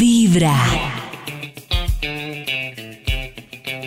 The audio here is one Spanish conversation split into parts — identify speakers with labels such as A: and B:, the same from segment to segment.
A: Vibra.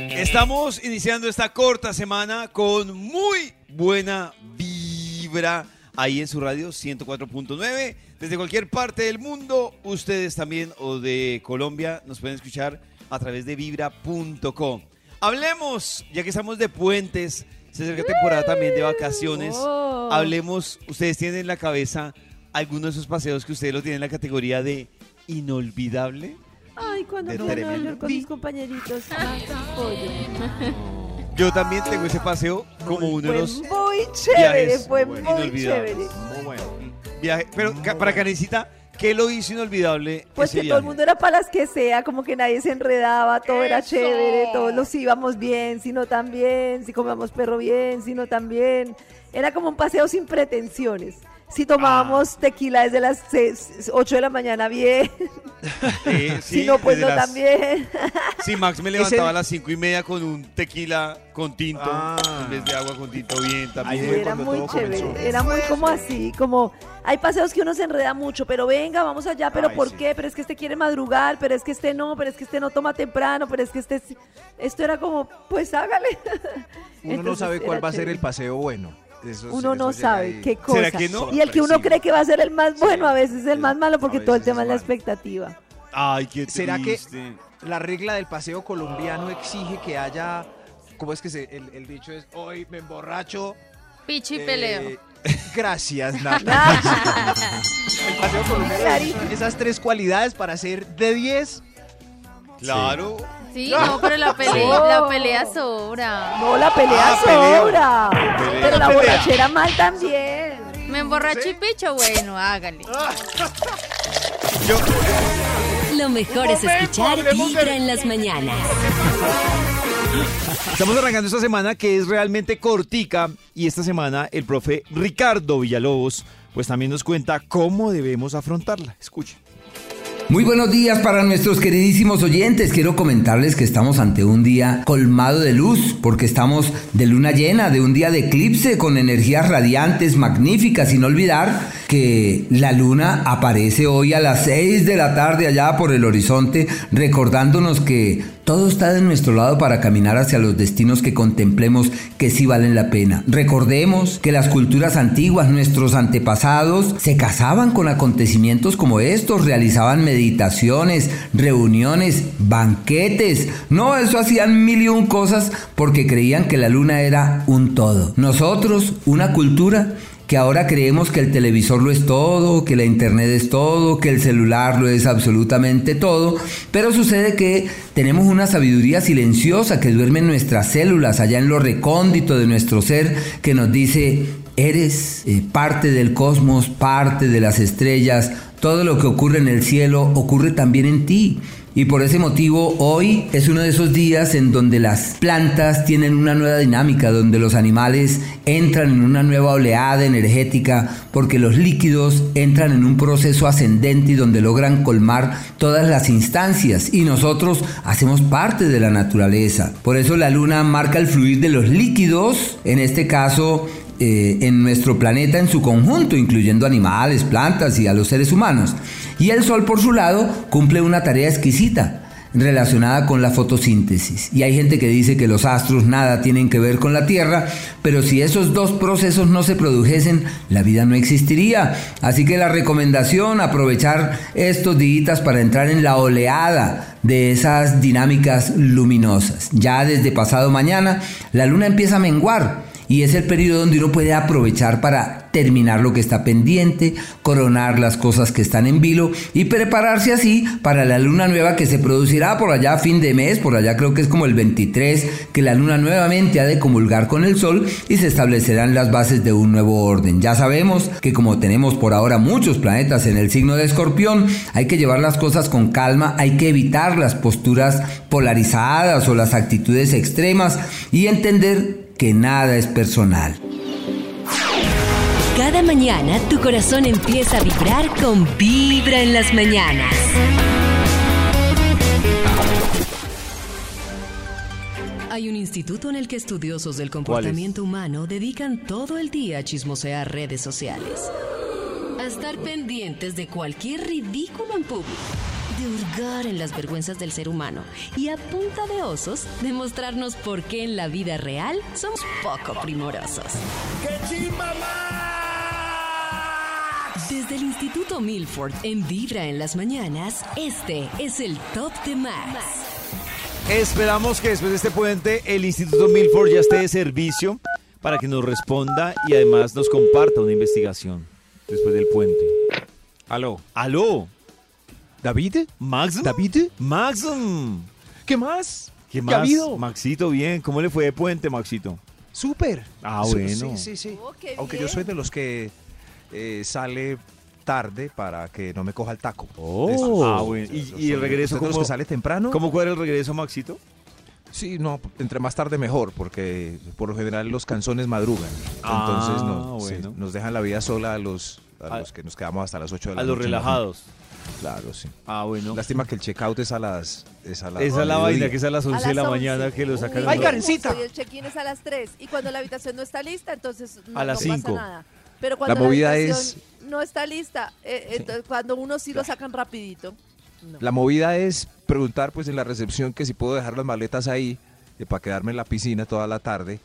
B: Estamos iniciando esta corta semana con muy buena vibra ahí en su radio 104.9. Desde cualquier parte del mundo, ustedes también o de Colombia nos pueden escuchar a través de vibra.com. Hablemos, ya que estamos de puentes, se acerca temporada también de vacaciones.
C: Oh.
B: Hablemos, ustedes tienen en la cabeza alguno de esos paseos que ustedes lo tienen en la categoría de inolvidable.
C: Ay, cuando
B: De
C: fui a Nueva
B: tremendo.
C: York con mis compañeritos, más pollo.
B: Yo también tengo ese paseo como uno de
C: Fue
B: los
C: muy chévere,
B: viajes
C: fue muy
B: inolvidables.
C: chévere.
B: Muy bueno. Viaje- pero ca- para Karencita, ¿qué lo hizo inolvidable
C: Pues
B: ese
C: que todo el
B: viaje?
C: mundo era para las que sea, como que nadie se enredaba, todo era
D: ¡Eso!
C: chévere, todos nos íbamos bien, si no tan bien, si comíamos perro bien, si no tan bien. Era como un paseo sin pretensiones. Si
B: Ah.
C: tomábamos tequila desde las 8 de la mañana, bien.
B: Eh, sí,
C: si no, pues
B: desde
C: no
B: las-
C: tan bien.
B: Si Max me levantaba a las cinco y media con un tequila con tinto,
E: Ah.
B: en vez de agua con tinto, bien también.
E: Ahí
C: Sí,
E: fue
C: era
E: cuando
C: muy
E: todo
C: chévere,
E: comenzó.
C: era muy como así, como hay paseos que uno se enreda mucho, pero venga, vamos allá, pero
E: Ay,
C: ¿por
E: sí.
C: qué? Pero es que este quiere madrugar, pero es que este no, pero es que este no toma temprano, pero es que este sí. esto era como, pues hágale.
E: Uno no
C: Entonces,
E: sabe cuál
C: era
E: va a ser el
C: chévere.
E: paseo bueno. Eso-
C: Uno
E: eso
C: no
E: llega
C: sabe
E: ahí.
C: qué cosa.
B: ¿Será que no?
C: Y el que uno
E: Sorpresivo.
C: cree que va a ser el más bueno a veces es el
E: Sí,
C: más malo porque
E: a
C: todo el
E: veces
C: tema
E: es
C: es la
E: malo.
C: expectativa.
B: Ay, qué triste.
E: ¿Será que- La regla del paseo colombiano exige que haya. ¿Cómo es que se- el, el dicho es hoy me emborracho?
D: Pichi
E: eh,
D: peleo.
E: gracias, Nata. El paseo colombiano
C: Clarito.
E: exige esas tres cualidades para ser de 10.
B: Claro.
D: Sí, no, pero la pelea,
C: Sí.
D: la pelea sobra.
C: No, la pelea
B: Ah, peleo.
C: sobra. Pero la
B: pelea.
C: borrachera mal también.
D: Me emborracho y picho, bueno, hágale.
B: Yo,
A: Lo mejor es escuchar Vibra en las mañanas.
B: Estamos arrancando esta semana que es realmente cortica y esta semana el profe Ricardo Villalobos pues también nos cuenta cómo debemos afrontarla. Escuchen.
F: Muy buenos días para nuestros queridísimos oyentes. Quiero comentarles que estamos ante un día colmado de luz, porque estamos de luna llena, de un día de eclipse con energías radiantes magníficas, sin olvidar que la luna aparece hoy a las 6 de la tarde allá por el horizonte, recordándonos que todo está de nuestro lado para caminar hacia los destinos que contemplemos que sí valen la pena. Recordemos que las culturas antiguas, nuestros antepasados, se casaban con acontecimientos como estos, realizaban meditaciones, reuniones, banquetes. No, eso hacían mil y un cosas porque creían que la luna era un todo. Nosotros, una cultura que ahora creemos que el televisor lo es todo, que la internet es todo, que el celular lo es absolutamente todo, pero sucede que tenemos una sabiduría silenciosa que duerme en nuestras células, allá en lo recóndito de nuestro ser, que nos dice, eres eh, parte del cosmos, parte de las estrellas, todo lo que ocurre en el cielo ocurre también en ti. Y por ese motivo hoy es uno de esos días en donde las plantas tienen una nueva dinámica, donde los animales entran en una nueva oleada energética, porque los líquidos entran en un proceso ascendente y donde logran colmar todas las instancias y nosotros hacemos parte de la naturaleza. Por eso la luna marca el fluir de los líquidos, en este caso eh, en nuestro planeta en su conjunto, incluyendo animales, plantas y a los seres humanos. Y el Sol, por su lado, cumple una tarea exquisita relacionada con la fotosíntesis. Y hay gente que dice que los astros nada tienen que ver con la Tierra, pero si esos dos procesos no se produjesen, la vida no existiría. Así que la recomendación, aprovechar estos días para entrar en la oleada de esas dinámicas luminosas. Ya desde pasado mañana, la luna empieza a menguar. Y es el periodo donde uno puede aprovechar para terminar lo que está pendiente, coronar las cosas que están en vilo y prepararse así para la luna nueva que se producirá por allá a fin de mes, por allá creo que es como el 23, que la luna nuevamente ha de comulgar con el sol y se establecerán las bases de un nuevo orden. Ya sabemos que como tenemos por ahora muchos planetas en el signo de escorpión, hay que llevar las cosas con calma, hay que evitar las posturas polarizadas o las actitudes extremas y entender que nada es personal.
A: Cada mañana tu corazón empieza a vibrar con Vibra en las mañanas.
G: Hay un instituto en el que estudiosos del comportamiento humano dedican todo el día a chismosear redes sociales, a estar pendientes de cualquier ridículo en público, de hurgar en las vergüenzas del ser humano y a punta de osos demostrarnos por qué en la vida real somos poco primorosos. Desde el Instituto Milford en Vibra en las mañanas, este es el Top de Max.
B: Esperamos que después de este puente el Instituto Milford ya esté de servicio para que nos responda y además nos comparta una investigación después del puente.
E: Aló.
B: Aló,
E: ¿David?
B: Max.
E: ¿David?
B: Max.
E: ¿Qué más?
B: ¿Qué
E: ha
B: más?
E: habido?
B: Maxito, bien. ¿Cómo le fue de puente, Maxito?
E: Súper.
B: Ah,
E: Su- Sí,
B: bueno.
E: sí, sí.
C: Oh, qué
E: Aunque yo
C: bien.
E: soy de los que eh, sale tarde para que no me coja el taco.
B: Oh.
E: De esos-
B: Ah, bueno.
E: de
B: ¿Y-
E: esos-
B: y el
E: ¿Usted
B: regreso
E: es de los
B: cómo-
E: que sale temprano?
B: ¿Cómo cuadra el regreso, Maxito?
E: Sí, no, entre más tarde mejor, porque por lo general los canzones madrugan.
B: Ah,
E: Entonces no, sí,
B: bueno.
E: nos dejan la vida sola a los, a
B: A-
E: los que nos quedamos hasta las 8 de la
B: A
E: noche.
B: los relajados.
E: Claro, sí.
B: Ah, bueno.
E: Lástima que el checkout es a las. Es a la,
B: Esa es la
E: al
B: vaina
E: mediodía.
B: que es a las 11 de la mañana que lo sacan.
E: Ay,
B: los-
E: Karen. Karencita.
C: Y el check-in es a las 3. Y cuando la habitación no está lista, entonces no,
B: A las
C: no pasa
B: cinco.
C: nada. Pero cuando la,
E: movida
C: habitación no está lista, eh, entonces, cuando uno sí lo sacan rapidito.
E: La movida es preguntar pues en la recepción que si puedo dejar las maletas ahí eh, para quedarme en la piscina toda la tarde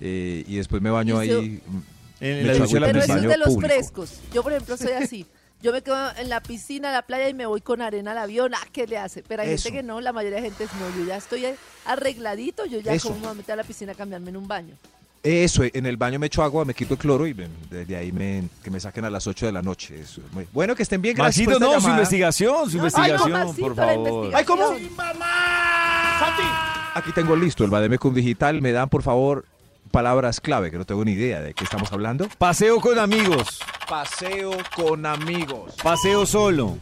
E: eh, y después me baño
C: Y
E: ahí.
C: se-
E: mm,
B: En
E: Me
B: la
E: echó
B: ducha de
E: agüita.
B: la
C: Pero eso
B: piscina.
C: es
E: baño
C: de los
E: público.
C: frescos. Yo, por ejemplo, soy así. Yo me quedo en la piscina, en la playa y me voy con arena al avión. Ah, ¿qué le hace? Pero hay
E: Eso.
C: gente que no, la mayoría de gente es no. Yo ya estoy arregladito, yo ya
E: Eso.
C: como me voy a meter a la piscina a cambiarme en un baño.
E: Eso, en el baño me echo agua, me quito el cloro y me- desde ahí me, que me saquen a las 8 de la noche. Eso es muy- bueno, que estén bien, gracias
B: Maxito,
E: por
B: no,
E: esta
B: su
E: llamada.
B: investigación, su
C: No,
B: investigación,
C: ay, Maxito,
B: por
C: la
B: favor.
C: investigación.
E: ¿cómo? Aquí tengo listo el Bademecum Digital. Me dan, por favor, palabras clave, que no tengo ni idea de qué estamos hablando.
B: Paseo con amigos,
E: Paseo con amigos.
B: paseo solo,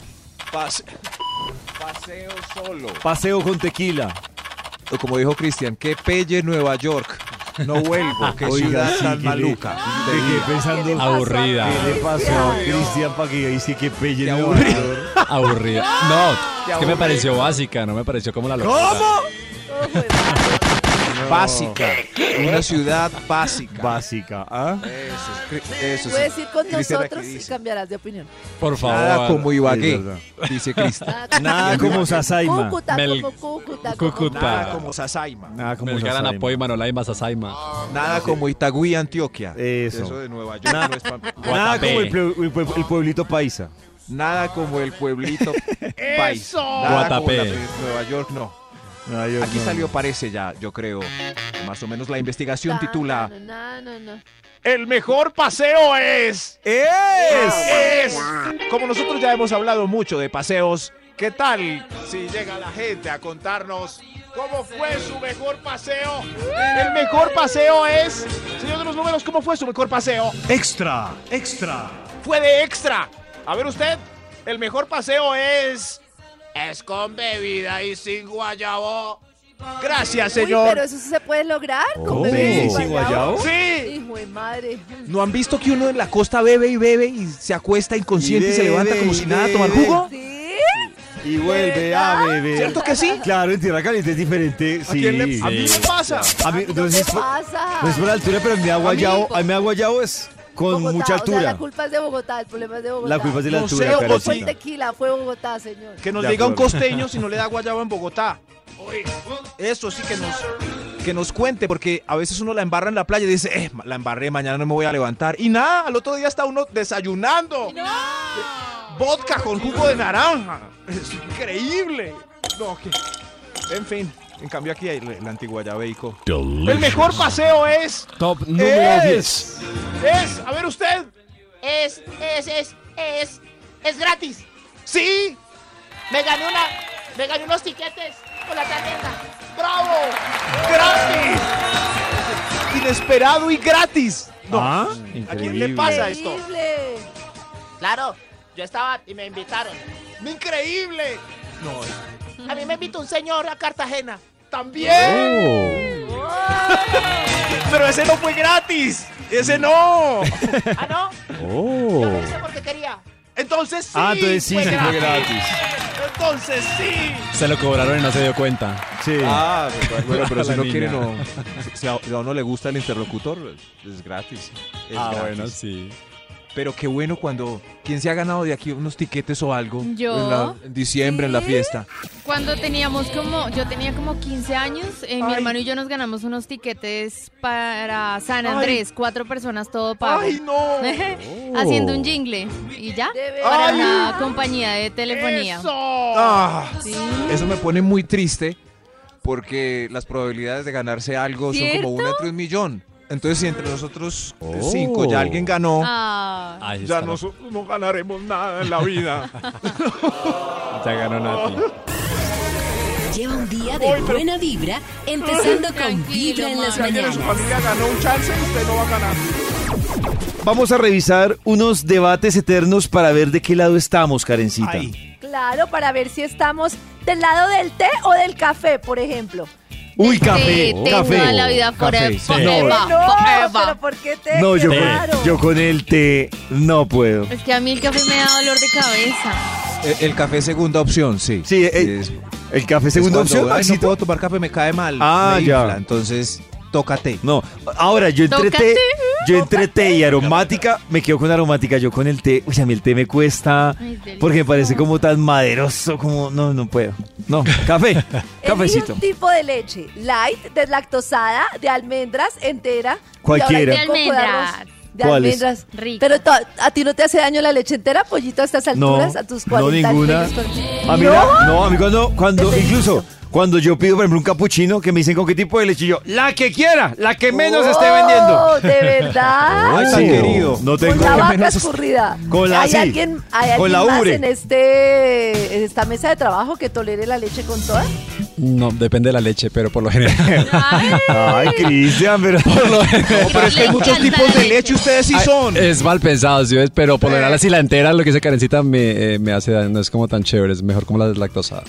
E: paseo solo.
B: paseo con tequila.
E: Como dijo Cristian, qué pelle Nueva York. No vuelvo, qué
B: Oiga,
E: Ah, ciudad
B: sí,
E: tan
B: que le-
E: maluca.
B: Me quedé pensando,
H: Aburrida.
B: ¿qué le pasó a Cristian para que dice que pelle
E: Qué
B: nuevo?
E: aburridor.
H: Aburrida. No, es que me pareció básica, no me pareció como la locura.
E: Básica. Una ciudad básica.
B: Básica, ¿ah?
E: Eso es cri- eso es-
C: Puedes ir con
E: Cristian aquí
C: nosotros y
E: dice,
C: cambiarás de opinión.
H: Por favor.
E: Nada como
B: Es
E: Ibagué,
B: verdad.
E: dice Cristian.
B: Nada como Sasaima.
C: Cúcuta,
H: Mel-
C: como Cúcuta.
H: Cúcuta.
E: Nada como Sasaima.
B: Nada como
H: Melgar,
B: Sasaima.
H: Anapoima, Manolaima, Sasaima.
E: Nada como Itagüí, Antioquia.
B: Eso.
E: de Nueva York. no es pa-
B: Nada
H: Guatapé.
B: como el, pleu- el pue- el pueblito paisa.
E: Nada como el pueblito país. Nada como
H: Guatapé.
E: la- Nueva York no.
B: No, yo
E: Aquí
B: no.
E: salió, parece ya, yo creo, más o menos la investigación titula
C: No, no, no.
E: El mejor paseo es... ¡Es! ¡Es! Como nosotros ya hemos hablado mucho de paseos, ¿qué tal si llega la gente a contarnos cómo fue su mejor paseo?
C: ¡Eh!
E: El mejor paseo es... Señor de los números, ¿cómo fue su mejor paseo?
I: Extra, extra.
E: fue de extra. A ver usted, el mejor paseo es... Es con bebida y sin guayabo. Gracias,
C: Uy,
E: señor.
C: pero eso sí se puede lograr.
B: ¿Cómo?
C: ¿Con bebés
B: ¿Sí,
C: y
B: guayabo?
E: Sí.
C: Hijo de madre.
E: ¿No han visto que uno en la costa bebe y bebe y se acuesta inconsciente y, se
B: Y bebe,
E: levanta como
B: y
E: si nada a
B: bebe.
E: tomar jugo?
C: ¿Sí?
B: Y vuelve a beber.
E: ¿Cierto que sí?
B: Claro, en Tierra Caliente es diferente. Sí.
E: A mí me pasa.
B: A mí, no,
C: ¿Qué
B: es, por-
C: pasa?
B: no es por la altura, pero me ha guayado. A mí me ha guayado es con
C: Bogotá,
B: mucha
C: O sea,
B: altura.
C: la culpa es de Bogotá, el problema es de Bogotá.
B: la culpa es de la
E: No
B: altura.
E: sé,
C: No
E: o
C: fue el
B: Karencita.
C: tequila, fue Bogotá, señor.
E: Que nos
B: De
E: diga un
B: acuerdo.
E: costeño si no le da guayaba en Bogotá. Eso sí que nos, que nos cuente, porque a veces uno la embarra en la playa y dice, eh, la embarré, mañana no me voy a levantar. Y nada, al otro día está uno desayunando. Vodka con jugo de naranja. Es increíble. No, que- En fin, en cambio aquí hay el, el antiguayabeico. El mejor paseo es...
H: Top número 10.
E: Es, es, a ver usted.
J: Es, es, es, es, es gratis.
E: Sí,
J: Me gané una, me gané unos tiquetes con la tarjeta.
E: ¡Bravo! ¡Gratis! Inesperado y gratis. No.
B: Ah,
E: ¿A
B: increíble.
E: quién le pasa esto?
C: Increíble.
J: Claro, yo estaba y me invitaron.
E: ¡Increíble! No,
J: A mí me invitó un señor a Cartagena.
E: también. Pero ese no fue gratis. Ese no.
J: Ah, no, yo
H: Oh.
J: lo hice porque quería.
E: Entonces sí.
B: Oh. Ah, entonces sí, sí fue gratis.
E: Entonces sí.
H: Se lo cobraron y no se dio cuenta.
B: Sí.
E: Ah, bueno,
H: pues, pero si no quiere, no.
E: Si a, uno le gusta el interlocutor, es gratis.
H: ah, bueno, sí.
E: Pero qué bueno cuando. ¿Quién se ha ganado de aquí unos tiquetes o algo?
D: Yo.
E: En, la- en diciembre, en la
D: Sí.
E: fiesta.
D: Cuando teníamos como, yo tenía como 15 años, eh, mi
E: Ay.
D: hermano y yo nos ganamos unos tiquetes para San Andrés, cuatro personas todo pago.
E: ¡Ay, no!
D: Haciendo un jingle. ¿Y ya? Para la compañía de telefonía.
E: Ah,
D: Sí.
E: Eso me pone muy triste porque las probabilidades de ganarse algo son
D: ¿Cierto?
E: como una entre un millón. Entonces, si entre nosotros eh, cinco ya alguien ganó,
D: Ah.
H: Oh. Ahí
E: ya
H: está.
E: nosotros no ganaremos nada en la vida.
H: Ya ganó Nati.
G: Lleva un día de buena vibra, empezando con
D: Tranquilo,
G: Vibra en las
D: man.
G: mañanas.
E: familia ganó un chance, usted no va a ganar.
B: Vamos a revisar unos debates eternos para ver de qué lado estamos, Karencita.
C: Claro, para ver si estamos del lado del té o del café, por ejemplo.
B: Uy, café,
D: Sí, te
B: café.
D: toda Este, la vida forever.
H: Café, sí.
D: forever,
C: Ay, no, pero
D: forever.
C: ¿por qué té?
B: No,
D: este,
C: Qué
B: yo,
C: raro.
B: yo con el té no puedo.
D: Es que a mí el café me da dolor de cabeza.
E: Eh, El, el café segunda opción, sí.
B: Sí, eh,
E: Es-
B: el café
E: es
B: segunda
E: cuando,
B: opción,
E: "Ay, no
B: Maxito.
E: puedo tomar café, me cae mal.
B: Ah,
E: me
B: ya.
E: infla", Entonces, tócate.
B: No, ahora yo entre
D: Tócate.
B: té, yo entre té y aromática, me quedo con aromática, yo con el té, uy, a mí el té me cuesta
D: Ay, delicioso.
B: porque me parece como tan maderoso, como no, no puedo. No, café,
C: Elige
B: cafecito.
C: un tipo de leche, light, deslactosada, de almendras, entera.
B: Cualquiera.
C: Y ahora hay
D: De
C: coco de
D: almendras.
C: arroz, De
B: ¿Cuáles?
C: almendras.
D: Rico.
C: Pero to- a ti no te hace daño la leche entera, pollito, a estas
B: No,
C: alturas, a tus
B: no
C: 40
B: ninguna.
C: años, 40.
B: A mí
C: ¿No?
B: la- no, a mí cuando, cuando
C: Es
B: incluso cuando yo pido por ejemplo un capuchino que me dicen con qué tipo de leche y yo, la que quiera, la que menos esté vendiendo.
C: Oh, De verdad.
E: Ay, tan querido.
B: No
C: Con
B: tengo
C: la vaca
E: menos-
C: escurrida.
B: Con la-
C: ¿Hay
B: sí.
C: alguien, hay
B: Con
C: alguien
B: la
C: más
B: ubre.
C: en, este, en esta mesa de trabajo que tolere la leche con toda?
H: No, depende de la leche, pero por lo general.
B: Ay, Cristian, pero
H: por lo general.
E: pero es que hay
D: Le
E: muchos
D: encanta
E: tipos
D: la
E: de leche, ustedes sí
H: Ay,
E: son.
H: Es mal pensado, ¿sí ves? Pero por lo general, así la entera, lo que dice Karencita, me, eh, me hace daño. No es como tan chévere, es mejor como la deslactosada.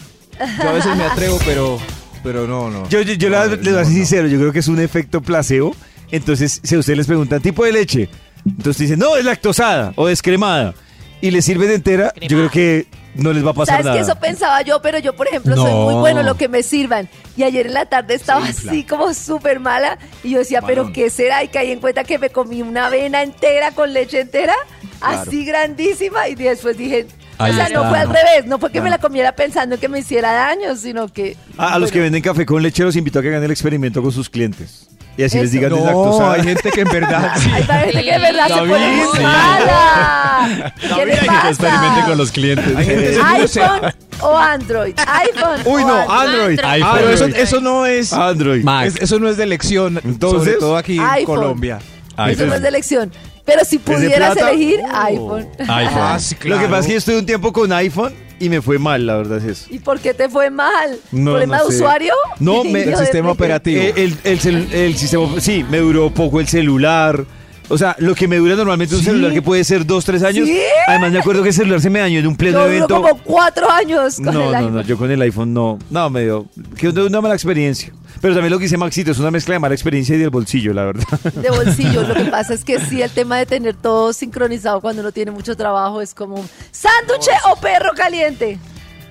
E: Yo a veces me atrevo, pero, pero no, no.
B: Yo, yo, yo la-
E: No,
B: les voy a
E: no,
B: ser
E: no.
B: sincero, yo creo que es un efecto placebo. Entonces, si a ustedes les preguntan tipo de leche, entonces dicen, no, es lactosada o descremada. Y les sirve de entera, yo creo que no les va a pasar
C: ¿Sabes
B: nada.
C: que eso pensaba yo? Pero yo, por ejemplo, soy
H: No.
C: muy bueno en lo que me sirvan. Y ayer en la tarde estaba así como súper mala. Y yo decía, ¿pero qué será? Y caí en cuenta que me comí una avena entera con leche entera, así grandísima. Y después dije,
H: Ahí
C: o sea,
H: está.
C: no fue al revés. No fue que me la comiera pensando que me hiciera daño, sino que...
B: Ah, a, a los que
C: bueno,
B: venden café con leche los invito a que hagan el experimento con sus clientes. Y así les
C: Eso.
B: digan
E: No,
B: deslactosada.
E: hay gente que en verdad sí.
C: Hay gente que de verdad se
H: David,
C: pone muy
H: sí.
C: mala. ¿Qué le
H: Que
C: pasa?
H: experimente con los clientes.
E: Hay gente que-
C: iPhone o Android. iPhone.
B: Uy,
C: o
B: no,
C: Android.
B: Android.
D: Ay,
E: Ah, pero eso,
B: Android.
E: eso no es,
B: Android.
H: Mac.
E: es- Eso no es de elección.
B: Entonces,
E: sobre todo aquí en
C: iPhone.
E: Colombia.
H: Ay,
C: Eso no es
H: pero-
C: de elección. Pero si
B: de
C: pudieras
B: plata? Uh.
C: elegir, iPhone.
H: Ay,
E: Ah,
H: fue-
E: sí,
B: Lo que
E: claro.
B: pasa es que yo estuve un tiempo con iPhone y me fue mal, la verdad es eso.
C: ¿Y por qué te fue mal?
B: No,
C: ¿Problema
B: no
C: de
B: sé.
C: usuario?
B: No, me-
E: Del
C: Yo
E: sistema
C: de-
E: operativo.
B: Eh, el, el cel- el sistema, sí, me duró poco el celular. O sea, lo que me dura normalmente un
E: ¿Sí?
B: celular que puede ser dos, tres años.
C: ¿Sí?
B: Además, me acuerdo que el celular se me dañó en un pleno
C: Yo duró
B: evento.
C: como cuatro años con
B: no,
C: el
B: no,
C: iPhone.
B: no, yo con el iPhone no. No, me dio. Que una una mala experiencia. Pero también lo que dice Maxito es una mezcla de mala experiencia y del bolsillo, la verdad.
C: De bolsillo. Lo que pasa es que sí, el tema de tener todo sincronizado cuando uno tiene mucho trabajo es como sándwich o perro caliente.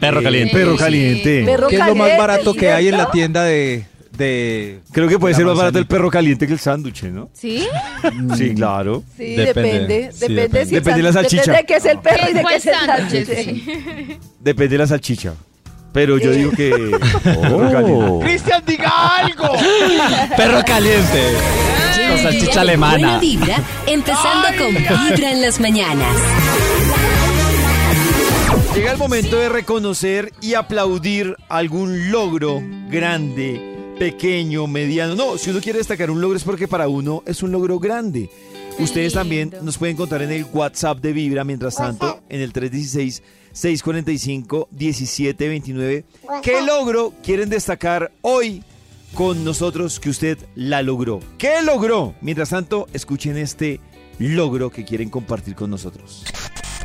H: Perro caliente.
B: Perro
D: Sí.
B: caliente.
C: Perro
E: ¿Qué es lo más
C: caliente,
E: barato que hay en la
C: ¿cierto?
E: tienda de. de
B: Creo que puede
E: La
B: ser más barato el
E: manzanita.
B: perro caliente que el sándwich, ¿no?
D: ¿Sí?
B: Sí, claro.
C: Sí,
H: Mm. Depende,
C: depende. Depende,
H: sí, depende.
C: si el
B: Depende de la
C: sándwich-
B: salchicha.
C: Depende de qué es el perro y de qué es el
D: Buen sándwich,
C: sándwich.
D: sí.
B: Depende de la salchicha. Pero yo
C: Eh.
B: digo que. perro caliente.
J: Cristian, diga algo.
H: Perro caliente.
G: Lleva
H: Con
G: un día
H: salchicha
G: de Buena
H: alemana.
G: vibra, empezando con Vibra en las mañanas.
B: Llega el momento de reconocer y aplaudir algún logro grande, pequeño, mediano. No, si uno quiere destacar un logro es porque para uno es un logro grande. Ustedes también
D: lindo.
B: nos pueden contar en el WhatsApp de Vibra, mientras tanto, en el 316-645-1729. ¿Qué logro quieren destacar hoy con nosotros que usted la logró? ¿Qué logró? Mientras tanto, escuchen este logro que quieren compartir con nosotros.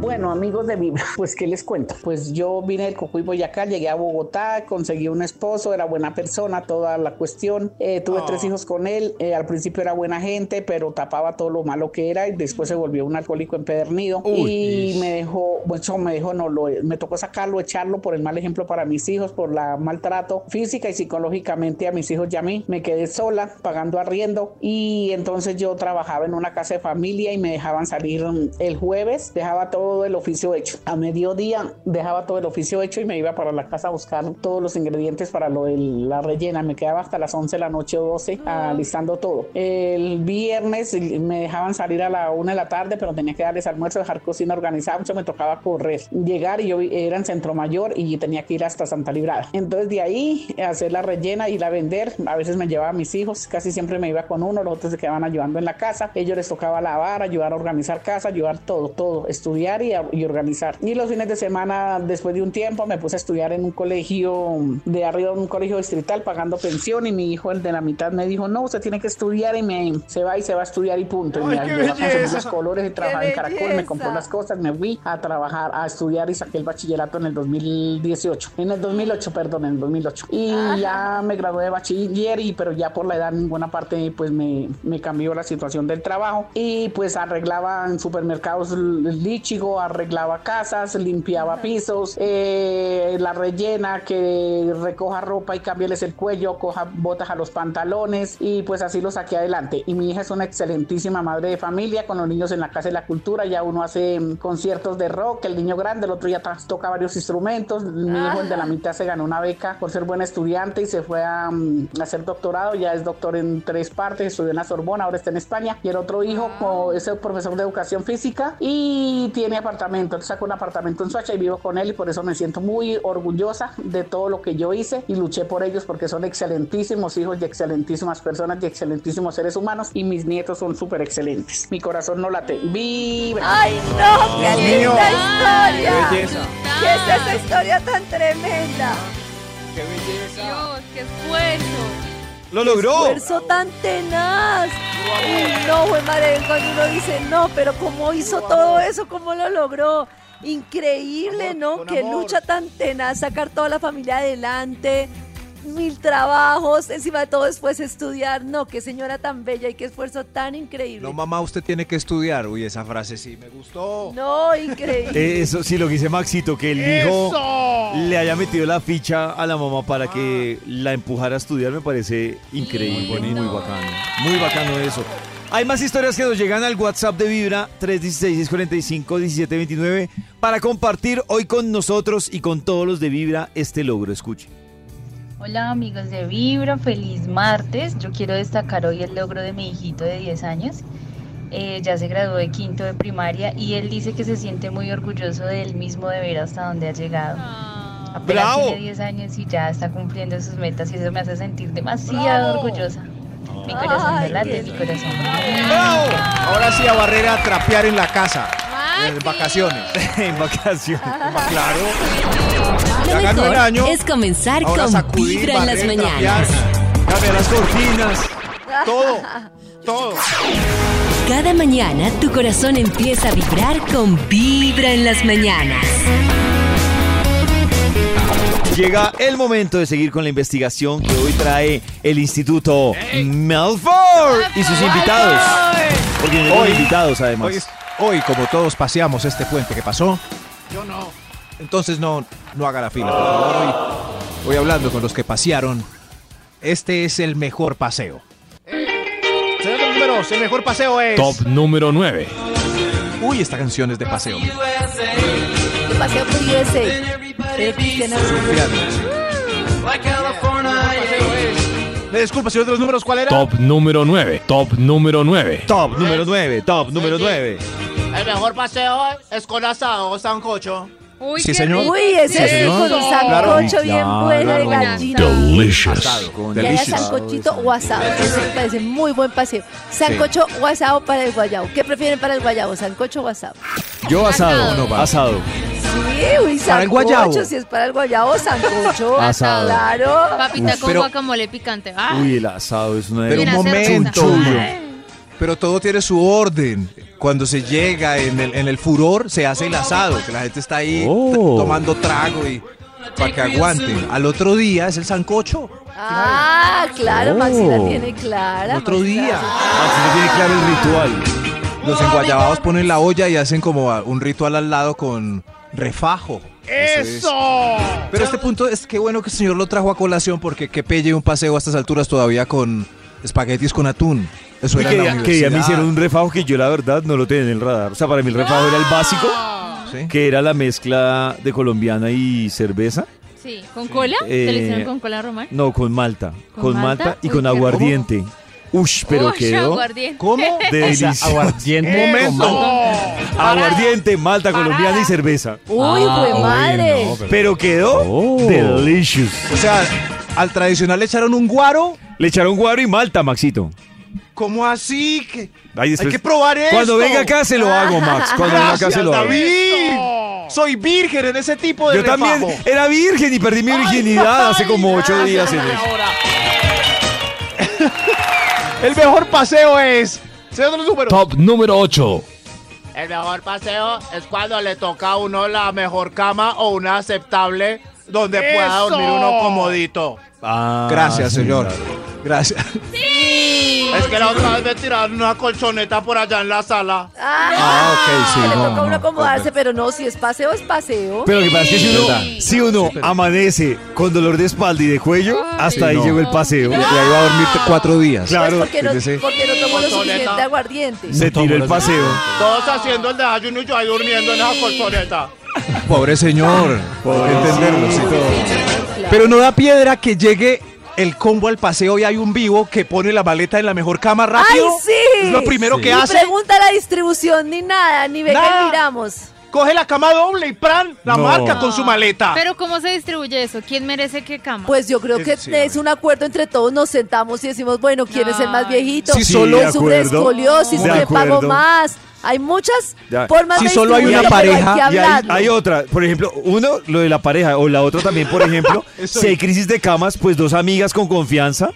K: bueno, amigos de Vibra, pues qué les cuento. Pues yo vine del Cocuy Boyacá, llegué a Bogotá, conseguí un esposo, era buena persona, toda la cuestión. Eh, tuve
L: Oh.
K: tres hijos con él. eh, al principio era buena gente, pero tapaba todo lo malo que era y después se volvió un alcohólico empedernido
L: Uy.
K: y me dejó, bueno, eso me dejó, no, lo, me tocó sacarlo, echarlo por el mal ejemplo para mis hijos, por la maltrato física y psicológicamente a mis hijos y a mí. Me quedé sola pagando arriendo y entonces yo trabajaba en una casa de familia y me dejaban salir mm, el jueves, dejaba todo el oficio hecho. A mediodía dejaba todo el oficio hecho y me iba para la casa a buscar todos los ingredientes para lo de la rellena. Me quedaba hasta las 11 de la noche o 12 alistando todo. El viernes me dejaban salir a la 1 de la tarde, pero tenía que darles almuerzo, dejar cocina organizada. Mucho me tocaba correr, llegar y yo vi- era en Centro Mayor y tenía que ir hasta Santa Librada. Entonces de ahí hacer la rellena, ir a vender. A veces me llevaba a mis hijos, casi siempre me iba con uno, los otros se quedaban ayudando en la casa. Ellos les tocaba lavar, ayudar a organizar casa, ayudar todo, todo, estudiar y, a- y organizar. Y los fines de semana, después de un tiempo, me puse a estudiar en un colegio de arriba, un colegio distrital, pagando pensión. Y mi hijo, el de la mitad, me dijo: No, usted tiene que estudiar. Y me se va y se va a estudiar y punto. Y me
L: ¡Ay, qué
K: ayudó a conseguir
L: belleza!
K: los colores y trabajaba en Caracol, me compró
L: belleza!
K: las cosas, me fui a trabajar, a estudiar y saqué el bachillerato en el 2018, en el 2008, perdón, en el 2008. Y ya me gradué de bachiller, y, pero ya por la edad en ninguna parte pues me, me cambió la situación del trabajo y pues arreglaba en supermercados el lichigo, arreglaba casas, limpiaba pisos, eh, la rellena que recoja ropa y cámbiales el cuello, coja botas a los pantalones y pues así lo saqué adelante. Y mi hija es una excelentísima madre de familia con los niños en la casa de la cultura, ya uno hace mm, conciertos de rock, el niño grande, el otro ya ta- toca varios instrumentos, mi hijo el de la mitad se ganó una beca por ser buen estudiante y se fue a, mm, a hacer doctorado, ya es doctor en tres partes, estudió en la Sorbona, ahora está en España y el otro
C: Ah.
K: hijo co- es el profesor de educación física y tiene apartamento, él sacó un apartamento en Soacha y vivo con él y por eso me siento muy orgullosa de todo lo que yo hice y luché por ellos porque son excelentísimos hijos y excelentísimas personas y excelentísimos seres humanos y mis nietos son súper excelentes. Mi corazón no late. ¡Vibra!
C: ¡Ay, no! ¡Qué
K: Dios mío.
C: linda historia!
K: ¡Qué belleza!
C: ¿Qué es esa historia tan tremenda?
K: ¡Qué
D: Dios, qué esfuerzo.
B: ¡Lo logró!
C: esfuerzo tan tenaz! Uy, no, fue madre, cuando uno dice no, pero ¿cómo hizo todo eso? ¿Cómo lo logró? Increíble, ¿no? Qué lucha tan tenaz, sacar toda la familia adelante, mil trabajos, encima de todo después estudiar. No, qué señora tan bella y qué esfuerzo tan increíble.
E: No, mamá, usted tiene que estudiar. Uy, esa frase sí me gustó.
C: No, increíble.
B: Eso sí, lo que dice Maxito, que el
C: ¡Eso!
B: hijo le haya metido la ficha a la mamá para que la empujara a estudiar, me parece increíble, muy bacano. Muy bacano eso. Hay más historias que nos llegan al WhatsApp de Vibra 316-645-1729 para compartir hoy con nosotros y con todos los de Vibra este logro. Escuche.
M: Hola amigos de Vibra, feliz martes. Yo quiero destacar hoy el logro de mi hijito de 10 años. Eh, ya se graduó de quinto de primaria y él dice que se siente muy orgulloso de él mismo de ver hasta dónde ha llegado. Apenas
N: ¡Bravo!
M: tiene 10 años y ya está cumpliendo sus metas y eso me hace sentir demasiado orgullosa. Mi corazón
N: Ay,
M: me late, mi corazón. me late.
E: Ahora sí a barrera a trapear en la casa. En vacaciones.
B: en vacaciones.
E: claro.
G: Lo
E: Ya ganó el
G: mejor
E: año.
G: es comenzar
E: Ahora
G: con
E: sacudir,
G: Vibra en las
E: barrer,
G: mañanas.
E: trapear, Cambiar las cortinas. Todo. Todo.
A: Cada mañana tu corazón empieza a vibrar con Vibra en las mañanas.
B: Llega el momento de seguir con la investigación que hoy trae el Instituto Melford y sus invitados. Porque tenemos invitados además.
E: Hoy, es- hoy, como todos paseamos este puente que pasó,
J: Yo no.
E: entonces no, no haga la fila. por favor. Hoy, hoy hablando con los que pasearon, este es el mejor paseo. Señor números, el mejor paseo es...
I: Top número 9.
E: Uy, esta canción es de paseo.
C: Tu paseo por USA. Pero Cristiana-
E: Me Eh, disculpa, señor de los números, ¿cuál era?
I: Top número 9. Top número 9.
B: Top número 9. Top número 9.
J: El mejor paseo es con asado o sancocho.
D: Uy,
E: Sí, señor.
C: Uy, ese
E: Sí,
C: rico,
E: señor.
C: un
E: Claro.
C: sancocho
E: Sí,
C: bien
E: claro.
C: bueno de gallina.
I: Delicious.
E: Asado con
C: Que haya
E: delicious.
C: sancochito o asado. Eso me parece muy buen paseo. Sancocho o asado para el guayabo. ¿Qué prefieren para el guayabo? ¿Sancocho o asado?
B: Yo asado,
E: No, va.
B: asado.
C: Sí, uy, sancocho.
E: Para el guayabo.
C: Si es para el guayabo, sancocho.
B: Asado.
C: Claro.
D: Papita
E: Uf,
D: con
E: pero-
D: guacamole picante. Ah,
B: Uy, el asado es una
E: Pero un
D: Mira,
E: momento.
D: cerveza.
E: Pero todo tiene su orden. Cuando se llega en el, en el furor, se hace el asado, que la gente está ahí
B: Oh.
E: t- tomando trago y para que aguanten. Al otro día es el sancocho.
C: Ah, claro, Maxi la
E: Oh.
C: tiene clara.
E: Al otro
C: Maxi la
E: día.
C: hace-
B: Ah,
E: Así se tiene claro el ritual. Los enguayabados ponen la olla y hacen como a- un ritual al lado con refajo. Eso es.
J: ¡Eso!
E: Pero este punto es que bueno que el señor lo trajo a colación porque qué pelle un paseo a estas alturas todavía con espaguetis con atún. Eso
B: Uy,
E: era
B: que,
E: en la
B: ya, que ya me
E: universidad.
B: hicieron un refajo que yo la verdad no lo tenía en el radar. O sea, para mí el refajo era el básico, que era la mezcla de colombiana y cerveza.
D: Sí, ¿con cola? ¿Te lo hicieron con cola román?
B: No, con Malta.
D: ¿Con
B: Con, Malta?
D: malta?
B: y
D: Uy,
B: con
D: qué
B: aguardiente. Ush, pero
D: Uy,
B: quedó.
D: aguardiente.
B: De
D: O sea,
B: aguardiente.
D: Momento.
B: Aguardiente, Malta colombiana y cerveza.
C: Uy, güey, madre.
B: Pero quedó delicious.
E: O sea, al tradicional le echaron un guaro.
B: Le echaron guaro y Malta, Maxito.
E: ¿Cómo así? ¿Qué-
B: Ahí después-
E: Hay que probar eso.
B: Cuando venga acá se lo hago, Max. Cuando venga acá se lo hago.
E: David. Soy virgen en ese tipo de
B: Yo también
E: refajo.
B: era virgen y perdí mi virginidad hace como ocho días en eso.
E: El mejor paseo es. Señor de los números.
O: Top número 8.
J: El mejor paseo es cuando le toca a uno la mejor cama o una aceptable donde pueda
E: Eso.
J: dormir uno comodito.
B: Ah,
E: Gracias, señor. Gracias.
J: Es que la otra vez me tiraron una colchoneta por allá en la sala.
E: Ah, ok, sí.
C: Le
B: no,
C: toca a uno
B: no,
C: acomodarse, pero no, si es paseo, es paseo.
B: Pero lo que pasa es que si uno, si uno amanece con dolor de espalda y de cuello, hasta ahí
E: no.
B: llegó el paseo.
E: Y ahí va a dormir t- cuatro días.
B: Claro,
C: Pues porque no,
B: fíjese.
C: porque no tomó lo suficiente aguardiente.
B: se tiró el paseo.
J: Todos haciendo el desayuno y yo ahí durmiendo en esa colchoneta.
E: Pobre señor. Pobre entenderlo, sí. Pero no da piedra que llegue el combo al paseo y hay un vivo que pone la maleta en la mejor cama
C: ¡Ay,
E: rápido.
C: sí!
E: Es lo primero que
C: Ni
E: hace.
C: pregunta la distribución, ni nada, ni ve
E: Nada.
C: que miramos.
E: Coge la cama doble y pran,
J: la
E: No.
J: marca con su maleta.
D: Pero ¿cómo se distribuye eso? ¿Quién merece qué cama?
C: Pues yo creo que es un acuerdo entre todos, nos sentamos y decimos, bueno, ¿quién es el más viejito?
E: Sí, solo-
C: ¿Quién sufre de
E: de acuerdo.
C: escoliosis?
B: De
C: ¿Quién pagó
B: acuerdo.
C: más? Hay muchas
B: Ya.
C: formas de distribuirlo, pero Hay
B: y
C: que
B: hay,
C: hablarlo.
B: hay otra. Por ejemplo, uno, lo de la pareja, o la otra también, por ejemplo,
E: Eso
B: si hay
E: es.
B: crisis de camas, pues dos amigas con confianza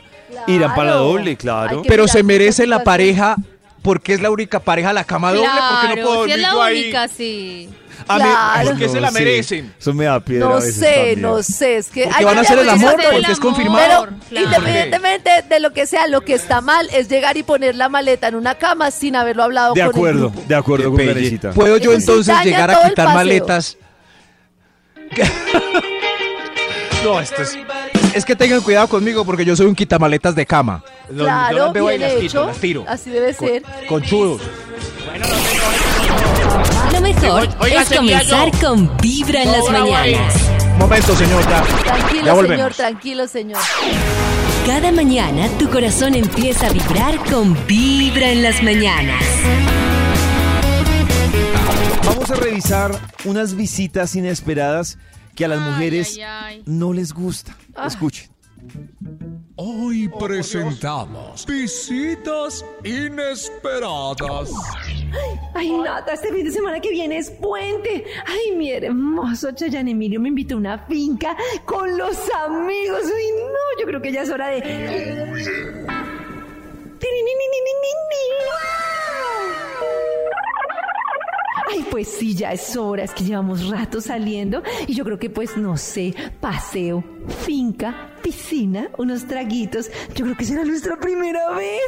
B: irán para la doble, claro.
E: Pero se merece la pareja porque es la única pareja la cama doble porque no
D: Claro,
E: puedo
D: si
E: dormir
D: es la
E: yo ahí.
D: única, sí.
E: A mí-
C: Claro.
E: porque se la
B: sí.
E: merecen.
B: Eso me da piedra. a
C: No
B: veces
C: sé,
B: también.
C: no sé, es que
E: Porque
C: hay
E: van a
C: que
E: hacer el
C: hablar
E: amor,
C: mucho.
E: porque es confirmado.
C: Pero
E: Claro.
C: independientemente de lo que sea, lo que está mal es llegar y poner la maleta en una cama sin haberlo hablado
B: De
C: con el
B: acuerdo,
C: grupo.
B: de acuerdo con Karencita.
E: ¿Puedo yo
C: Eso sí
E: entonces
C: daña
E: llegar
C: todo
E: a
C: el
E: quitar
C: paseo.
E: maletas? no, esto es. Es que tengan cuidado conmigo porque yo soy un quitamaletas de cama. Yo- yo
C: Claro,
E: las veo y
C: bien
E: las quito,
C: hecho.
E: las tiro.
C: Así debe ser.
E: Con chudos.
G: Lo mejor
C: Oiga,
G: es
C: sería
G: comenzar
C: yo.
G: con Vibra en las
C: Ahora voy.
G: mañanas.
E: Momento, señor, ya.
C: Tranquilo,
E: ya volvemos.
C: señor, tranquilo, señor.
G: Cada mañana tu corazón empieza a vibrar con Vibra en las mañanas.
B: Vamos a revisar unas visitas inesperadas que a las mujeres no les gusta.
C: Ah.
B: Escuchen.
P: Hoy presentamos visitas inesperadas.
Q: Ay, Nata, este fin de semana que viene es puente. Ay, mi hermoso Chayan Emilio me invitó a una finca con los amigos. Uy, no, yo creo que ya es hora de... Ay, pues sí, ya es hora, es que llevamos rato saliendo y yo creo que pues no sé, paseo, finca, piscina, unos traguitos. Yo creo que será nuestra primera vez,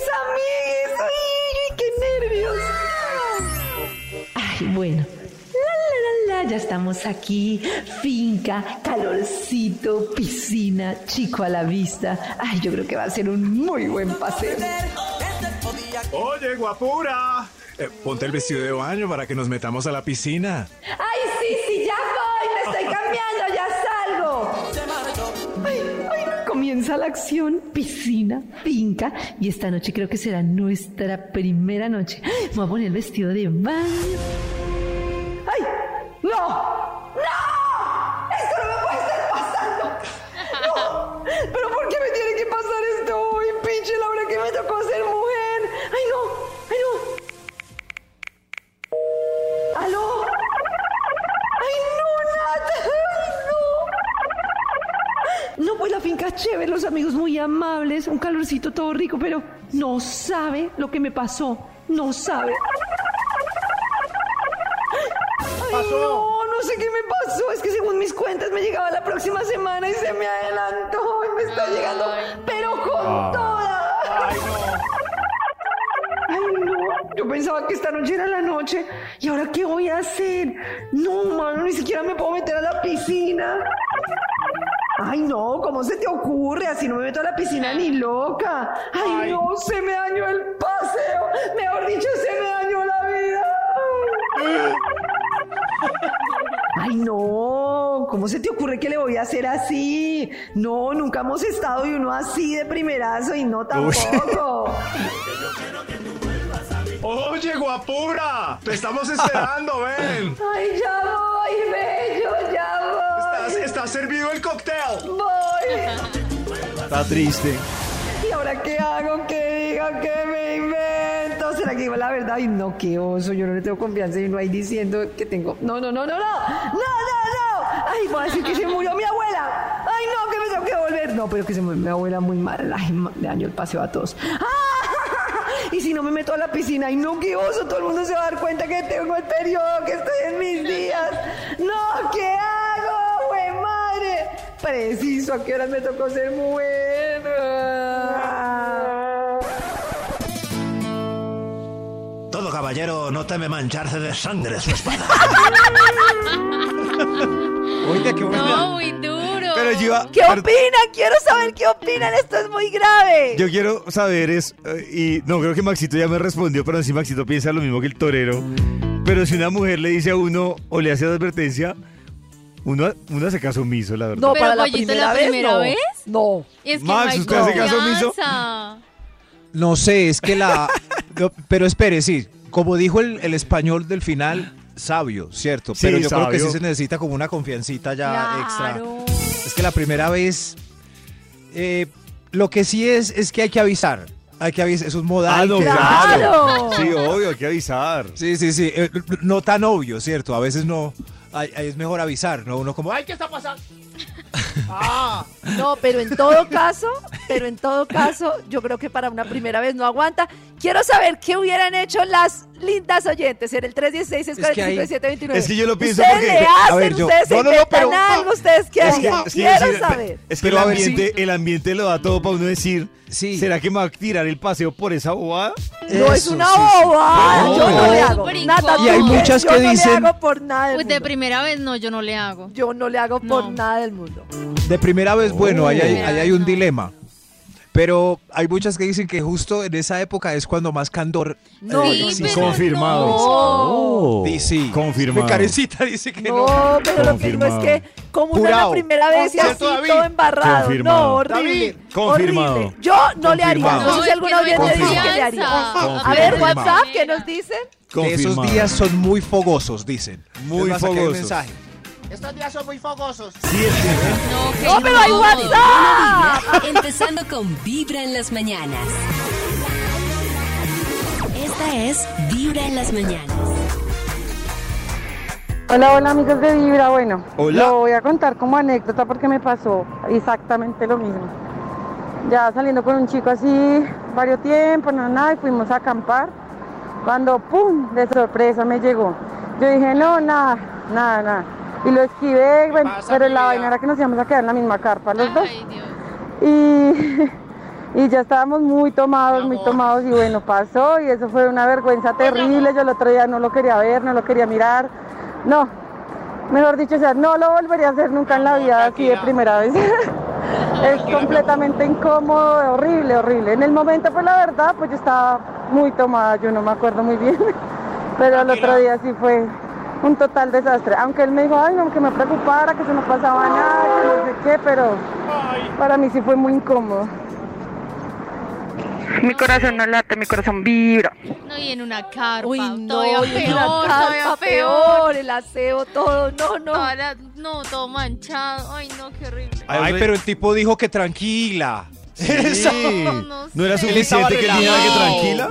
Q: amigues. Ay, qué nervios. Ay, bueno. La, la, la, la, ya estamos aquí. Finca, calorcito, piscina, chico a la vista. Ay, yo creo que va a ser un muy buen paseo.
R: Oye, guapura. Eh, ponte el vestido de baño para que nos metamos a la piscina.
Q: ¡Ay, sí, sí, ya voy! ¡Me estoy cambiando! ¡Ya salgo! ¡Ay, ay! Comienza la acción, piscina, finca, y esta noche creo que será nuestra primera noche. Me Voy a poner el vestido de baño. ¡Ay! ¡No! ¡No! ¡Esto no me puede estar pasando! ¡No! ¿Pero por qué me tiene que pasar esto hoy, pinche Laura, que me tocó ser mujer? ¡Ay, no! ¡Ay, no! ¡Aló! ¡Ay, no, Nata! ¡Ay, no! No, pues la finca es chévere, los amigos muy amables, un calorcito todo rico, pero no sabe lo que me pasó. No sabe.
S: Ay, no, no sé qué me pasó. Es que según mis cuentas me llegaba la próxima semana y se me adelantó y me está llegando, pero con
Q: Ah.
S: toda. Ay, no. Yo pensaba que esta noche era la noche. ¿Y ahora qué voy a hacer? No, mano, ni siquiera me puedo meter a la piscina. Ay, no, ¿cómo se te ocurre? Así no me meto a la piscina ni loca. Ay, no, se me dañó el paseo. Mejor dicho, se me dañó la vida. Ay, no, ¿cómo se te ocurre que le voy a hacer así? No, nunca hemos estado y uno así de primerazo y no tampoco.
E: Oye, guapura, Ah, te estamos esperando, ven.
S: Ay, ya voy, bello, ya voy.
C: eh.
E: Estás- Está servido el cóctel.
S: Voy.
L: Está triste.
S: ¿Y ahora qué hago? ¿Qué digo? ¿Qué me invento? ¿Será que digo la verdad? Ay, no, qué oso, yo no le tengo confianza y no hay diciendo que tengo. No, no, no, no, no. No, no, no. Ay, voy a decir que se murió mi abuela. Ay, no, que me tengo que volver. No, pero que se murió mi abuela muy mal. Ay, ma- le daño el paseo a todos. ¡Ah! Y si no me meto a la piscina, ay, no, qué oso, todo el mundo se va a dar cuenta que tengo el periodo, que estoy en mis días. No, ¿qué hago, güey, madre? Preciso, ¿a qué horas me tocó ser mujer? Ah.
T: Todo caballero no teme mancharse de sangre su espada.
E: Oiga, qué
D: No, muy duro.
L: Pero yo iba-
C: ¿Qué opinan? Quiero saber qué opinan. Esto es muy grave.
L: Yo quiero saber es, eh, y no creo que Maxito ya me respondió, pero si Maxito piensa lo mismo que el torero, pero si una mujer le dice a uno o le hace la advertencia, uno, uno hace caso omiso, la verdad.
C: No,
D: Pero,
C: para la
D: Pollito,
C: primera,
D: ¿la
C: vez,
D: primera
C: no.
D: vez?
C: No.
D: Es que
L: Max,
D: no hay
L: ¿usted hace caso omiso?
D: confianza.
E: No sé, es que la. no, pero espere, sí. Como dijo el, el español del final, sabio, ¿cierto?
L: Sí,
E: pero yo creo que
L: sabio.
E: sí se necesita como una confiancita ya
D: Claro.
E: extra. Es que la primera vez. eh, lo que sí es, es que hay que avisar. Hay que avisar. Eso es modal.
L: Ah, no,
E: que-
L: claro. Sí, obvio, hay que avisar.
E: Sí, sí, sí. eh, no tan obvio, ¿cierto? A veces no. ay, ay, es mejor avisar, ¿no? Uno como, ¡ay, qué está pasando!
C: No, pero en todo caso, pero en todo caso, yo creo que para una primera vez no aguanta. Quiero saber qué hubieran hecho las lindas oyentes en el 316
L: Es que ahí-
C: 645 729
L: es que yo lo pienso
C: ustedes
L: porque-
C: Le hacen,
L: A ver, yo-
C: ustedes se
L: no, no, no,
C: inventan
L: pero-
C: algo, ustedes qué
L: Es que,
C: harían.
L: es que
C: Quiero
L: decir,
C: saber.
L: es que el,
E: Pero a ver, sí.
L: ambiente, el ambiente lo da todo para uno decir, ¿será que me va a tirar el paseo por esa bobada?
C: No es una boba.
L: No.
C: Yo no le hago.
D: Súper
C: Nada,
D: incómodo.
L: Y hay muchas
C: yo
L: que
C: No
L: dicen-
C: le hago por nada. del
D: Uy, de
C: mundo.
D: primera vez no, yo no le hago.
C: Yo no le hago por nada del mundo.
E: De primera vez, bueno, ahí hay, ahí hay un dilema. Pero hay muchas que dicen que justo en esa época es cuando más candor.
C: No,
E: eh,
C: no,
E: existe.
C: no. Confirmado. No.
E: Sí, sí.
L: Oh, Confirmado.
E: Mi carecita dice que no.
C: No, pero lo que digo es que como una la
E: Curao.
C: primera vez y así
E: ¿Cierto, David?
C: todo embarrado. No,
L: Confirmado.
C: horrible.
L: David, confirmado.
C: Horrible. Yo no le haría. No
L: Confirmado.
C: sé
L: No,
C: si
L: es
C: alguna
L: que no hay
C: oyente dice que le haría.
L: confianza.
C: A ver,
L: Confirmado.
C: WhatsApp, ¿qué nos dicen?
E: Que esos
L: Confirmado.
E: días son muy fogosos, dicen.
L: Muy
E: Es más, aquí hay un
L: fogosos.
E: mensaje.
J: Estos días son muy fogosos.
G: No,
C: Oh,
J: que No, pero hay no. WhatsApp.
G: Empezando con Vibra en las mañanas. Esta es Vibra en las mañanas.
U: Hola, hola amigos de Vibra. Bueno,
G: Hola.
U: lo voy a contar como anécdota porque me pasó exactamente lo mismo. Ya saliendo con un chico así, varios tiempos, no, nada, y fuimos a acampar. Cuando, ¡pum!, de sorpresa me llegó. Yo dije, no, nada, nada, nada. Y lo esquivé, bueno, pero la vaina era que nos íbamos a quedar en la misma carpa los dos. Y, y ya estábamos muy tomados, muy tomados, y bueno, pasó, y eso fue una vergüenza terrible. Yo el otro día no lo quería ver, no lo quería mirar. No, mejor dicho, o sea, no lo volvería a hacer nunca en la vida así de primera vez. es completamente incómodo, horrible, horrible. En el momento, pues la verdad, pues yo estaba muy tomada, yo no me acuerdo muy bien. Pero el otro día sí fue un total desastre. Aunque él me dijo, ay, no, que me preocupara, que se no pasaba nada, que no sé qué, pero para mí sí fue muy incómodo. Mi corazón no late, mi corazón vibra.
D: No, y en una carpa.
C: Uy, no,
D: todavía
C: y en
D: peor,
C: una
D: todavía
C: carpa
D: peor.
C: peor, el aseo, todo. No, no.
D: Toda la- no, todo manchado. Ay, no, qué horrible.
E: Ay, pero el tipo dijo que tranquila. Eso.
D: no
L: ¿No era
E: sé.
L: suficiente que él dijera que
E: Relajado.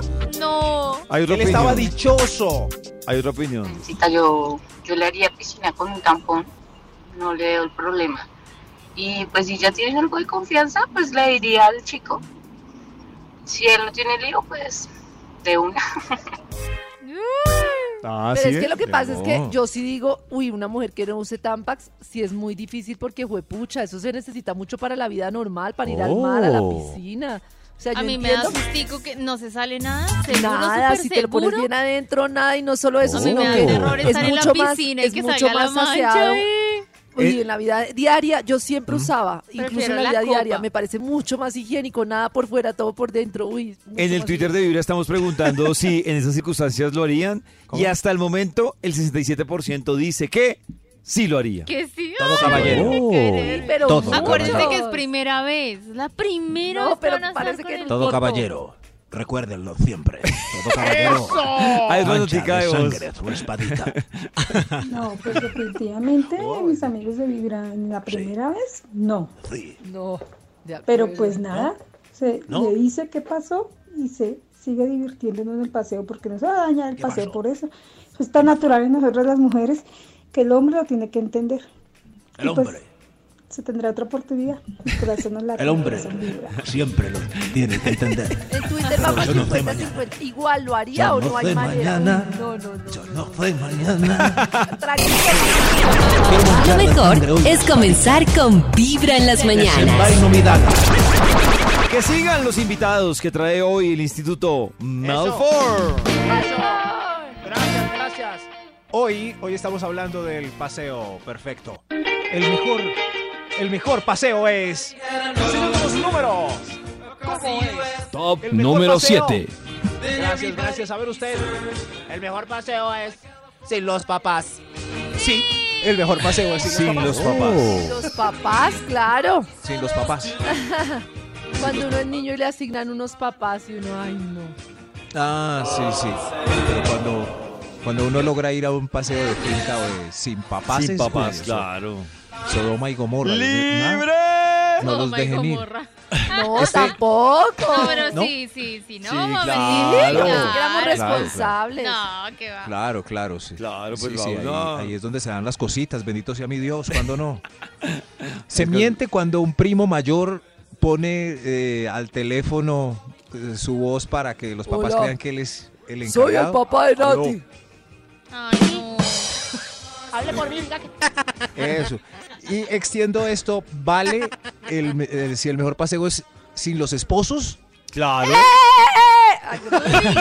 L: tranquila?
D: No.
L: Hay otra
E: Él estaba
L: opinión.
E: dichoso.
L: Hay otra opinión.
V: cita, yo, yo le haría piscina con un tampón, no le veo el problema. Y pues si ya tienes algo de confianza, pues le diría al chico. Si él no tiene lío, pues de una.
L: Ah,
C: Pero
L: ¿sí
C: es que
L: ves?
C: lo que pasa es que
L: No.
C: yo sí digo, uy, una mujer que no use Tampax, sí es muy difícil porque, pucha, eso se necesita mucho para la vida normal, para ir al mar, a la
D: Oh.
C: piscina. O sea, yo
D: A mí me da
C: entiendo
D: sustico que no se sale nada. Seguro,
C: nada,
D: súper
C: si te lo pones
D: seguro.
C: bien adentro, nada, y no solo eso,
D: A mí
C: sino
D: me da
C: que
D: un error
C: es
D: estar en la
C: mucho más,
D: piscina y
C: es
D: que
C: mucho
D: salga la
C: más
D: mancha
C: aseado.
D: ahí.
C: Oye,
D: Eh,
C: en la vida diaria, yo siempre
T: ¿Mm?
C: usaba, incluso en
D: Prefiero
C: la
D: la
C: vida
D: copa.
C: diaria, me parece mucho más higiénico, nada por fuera, todo por dentro, uy. mucho
B: En el
C: más
B: Twitter de Vibra estamos preguntando si en esas circunstancias lo harían. Y hasta el momento, el 67% dice que sí lo haría.
D: Que sí.
B: Todo
D: ay,
B: caballero.
D: qué querer.
B: pero Todo mucho.
D: Acuérdense
B: caballero.
D: que es primera vez. La primera
C: No,
D: vez
C: pero
D: que van a
C: parece
D: estar con
C: que
D: el
T: Todo
D: coco.
T: caballero, recuérdenlo siempre. Todo caballero.
D: ¡Eso!
B: Ahí Ah, es cuando
T: mancha
B: te cae
T: de
B: vos.
T: sangre su espadita.
Q: No, pues definitivamente mis amigos de Vibra en la primera vez, no.
C: No. de
Q: Pero
C: acuerdo.
Q: pues nada, se
C: ¿No?
Q: le dice qué pasó y se sigue divirtiéndonos en el paseo porque no se va a dañar el paseo por eso. Eso es tan natural en nosotras las mujeres que el hombre lo tiene que entender.
T: El
Q: Y, pues,
T: hombre.
Q: Se tendrá otra oportunidad. El corazón nos late,
T: El hombre
Q: corazón vibra.
T: siempre lo tiene que entender.
C: En Twitter vamos
T: Yo no sé
C: 50
T: mañana.
C: 50. Igual lo haría
T: Yo
C: o
T: no
C: no hay
T: sé
C: manera.
T: mañana.
C: Uy, No, no, no.
T: No fue mañana.
G: Lo mejor es comenzar con Vibra en las mañanas.
B: Desenvaino mi daga. Que sigan los invitados que trae hoy el Instituto Malfor.
E: Gracias, gracias. Hoy, hoy estamos hablando del paseo perfecto. El mejor, el mejor paseo es. Señor de los números. ¿Cómo es?
I: Top
E: El mejor
I: número
E: paseo.
I: 7.
E: Gracias, gracias. A ver usted.
J: El mejor paseo es sin los papás.
E: Sí, el mejor paseo es sin, los papás.
C: Los papás, claro.
E: Oh. Sin los papás.
C: Cuando uno es niño y le asignan unos papás y uno, ay, no.
E: Ah, sí, sí. Pero cuando, cuando uno logra ir a un paseo de finca o de sin papás.
B: Sin papás,
E: claro. Sodoma y Gomorra.
B: ¡Libre!
E: No, los
D: Toma y
E: dejen ir.
D: Gomorra.
C: No, tampoco.
D: No, pero
E: ¿No?
D: sí, sí, sí. No,
E: Sí,
D: momentico,
E: claro.
D: ya.
E: Es que éramos Claro, claro.
C: responsables.
D: No, qué va.
E: Claro, claro, sí. Claro,
B: pues,
E: sí,
B: Raúl,
E: ahí,
B: no.
E: ahí es donde se dan las cositas, bendito sea mi Dios, cuando no. se miente cuando un primo mayor pone eh, al teléfono eh, su voz para que los papás
C: Hola.
E: crean que él es el encargado.
C: Soy el papá de
E: Aló.
C: Nati.
J: Hable por mí, ya que-
E: Eso. Y extiendo esto, ¿vale el, me- el- si el mejor paseo es sin los esposos?
B: Claro.
C: ¡Eh,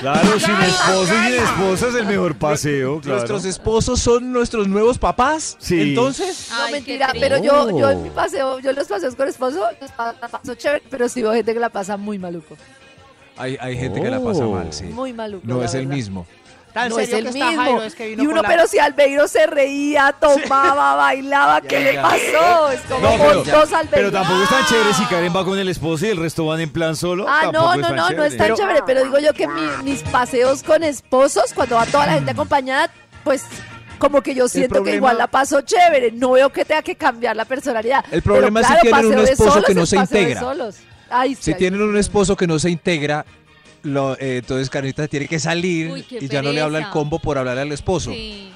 E: Claro, sin
L: esposos y sin esposas, el mejor paseo, claro.
E: ¿Nuestros esposos son nuestros nuevos papás?
L: Sí.
E: Entonces... Oh.
C: No, mentira, pero yo, yo en mi paseo, yo en los paseos con esposo, los pa- la paso chévere, pero sí veo gente que la pasa muy maluco.
E: Hay, hay gente que la pasa mal, sí.
C: Oh. Muy maluco,
E: No
C: la
E: es el
C: verdad.
E: mismo.
J: Tan
C: no es
J: serio
C: el
J: que está
C: mismo.
J: Jairo, es que vino
C: y uno,
J: por la-
C: pero si Albeiro se reía, tomaba, bailaba, ¿qué le
L: ya.
C: pasó? Es como
L: No, pero,
C: por dos Albeiro.
L: pero tampoco es tan chévere si Karen va con el esposo y el resto van en plan solo.
C: Ah, no,
L: tampoco
C: no,
L: tan
C: no, no es tan chévere, pero digo yo que mi- mis paseos con esposos, cuando va toda la gente acompañada, pues como que yo siento que
E: problema-
C: igual la paso chévere, no veo que tenga que cambiar la personalidad.
E: El problema es si tienen
C: paseo
E: un
C: de
E: esposo que no
C: es
E: se
C: paseo de
E: integra.
C: solos. Ay, sí,
E: Si
C: ay,
E: tienen un esposo que no se integra, lo, eh, entonces Karenita tiene que salir
D: Uy, qué
E: y ya no le habla el
D: pereza.
E: combo por hablarle al esposo.
D: Sí.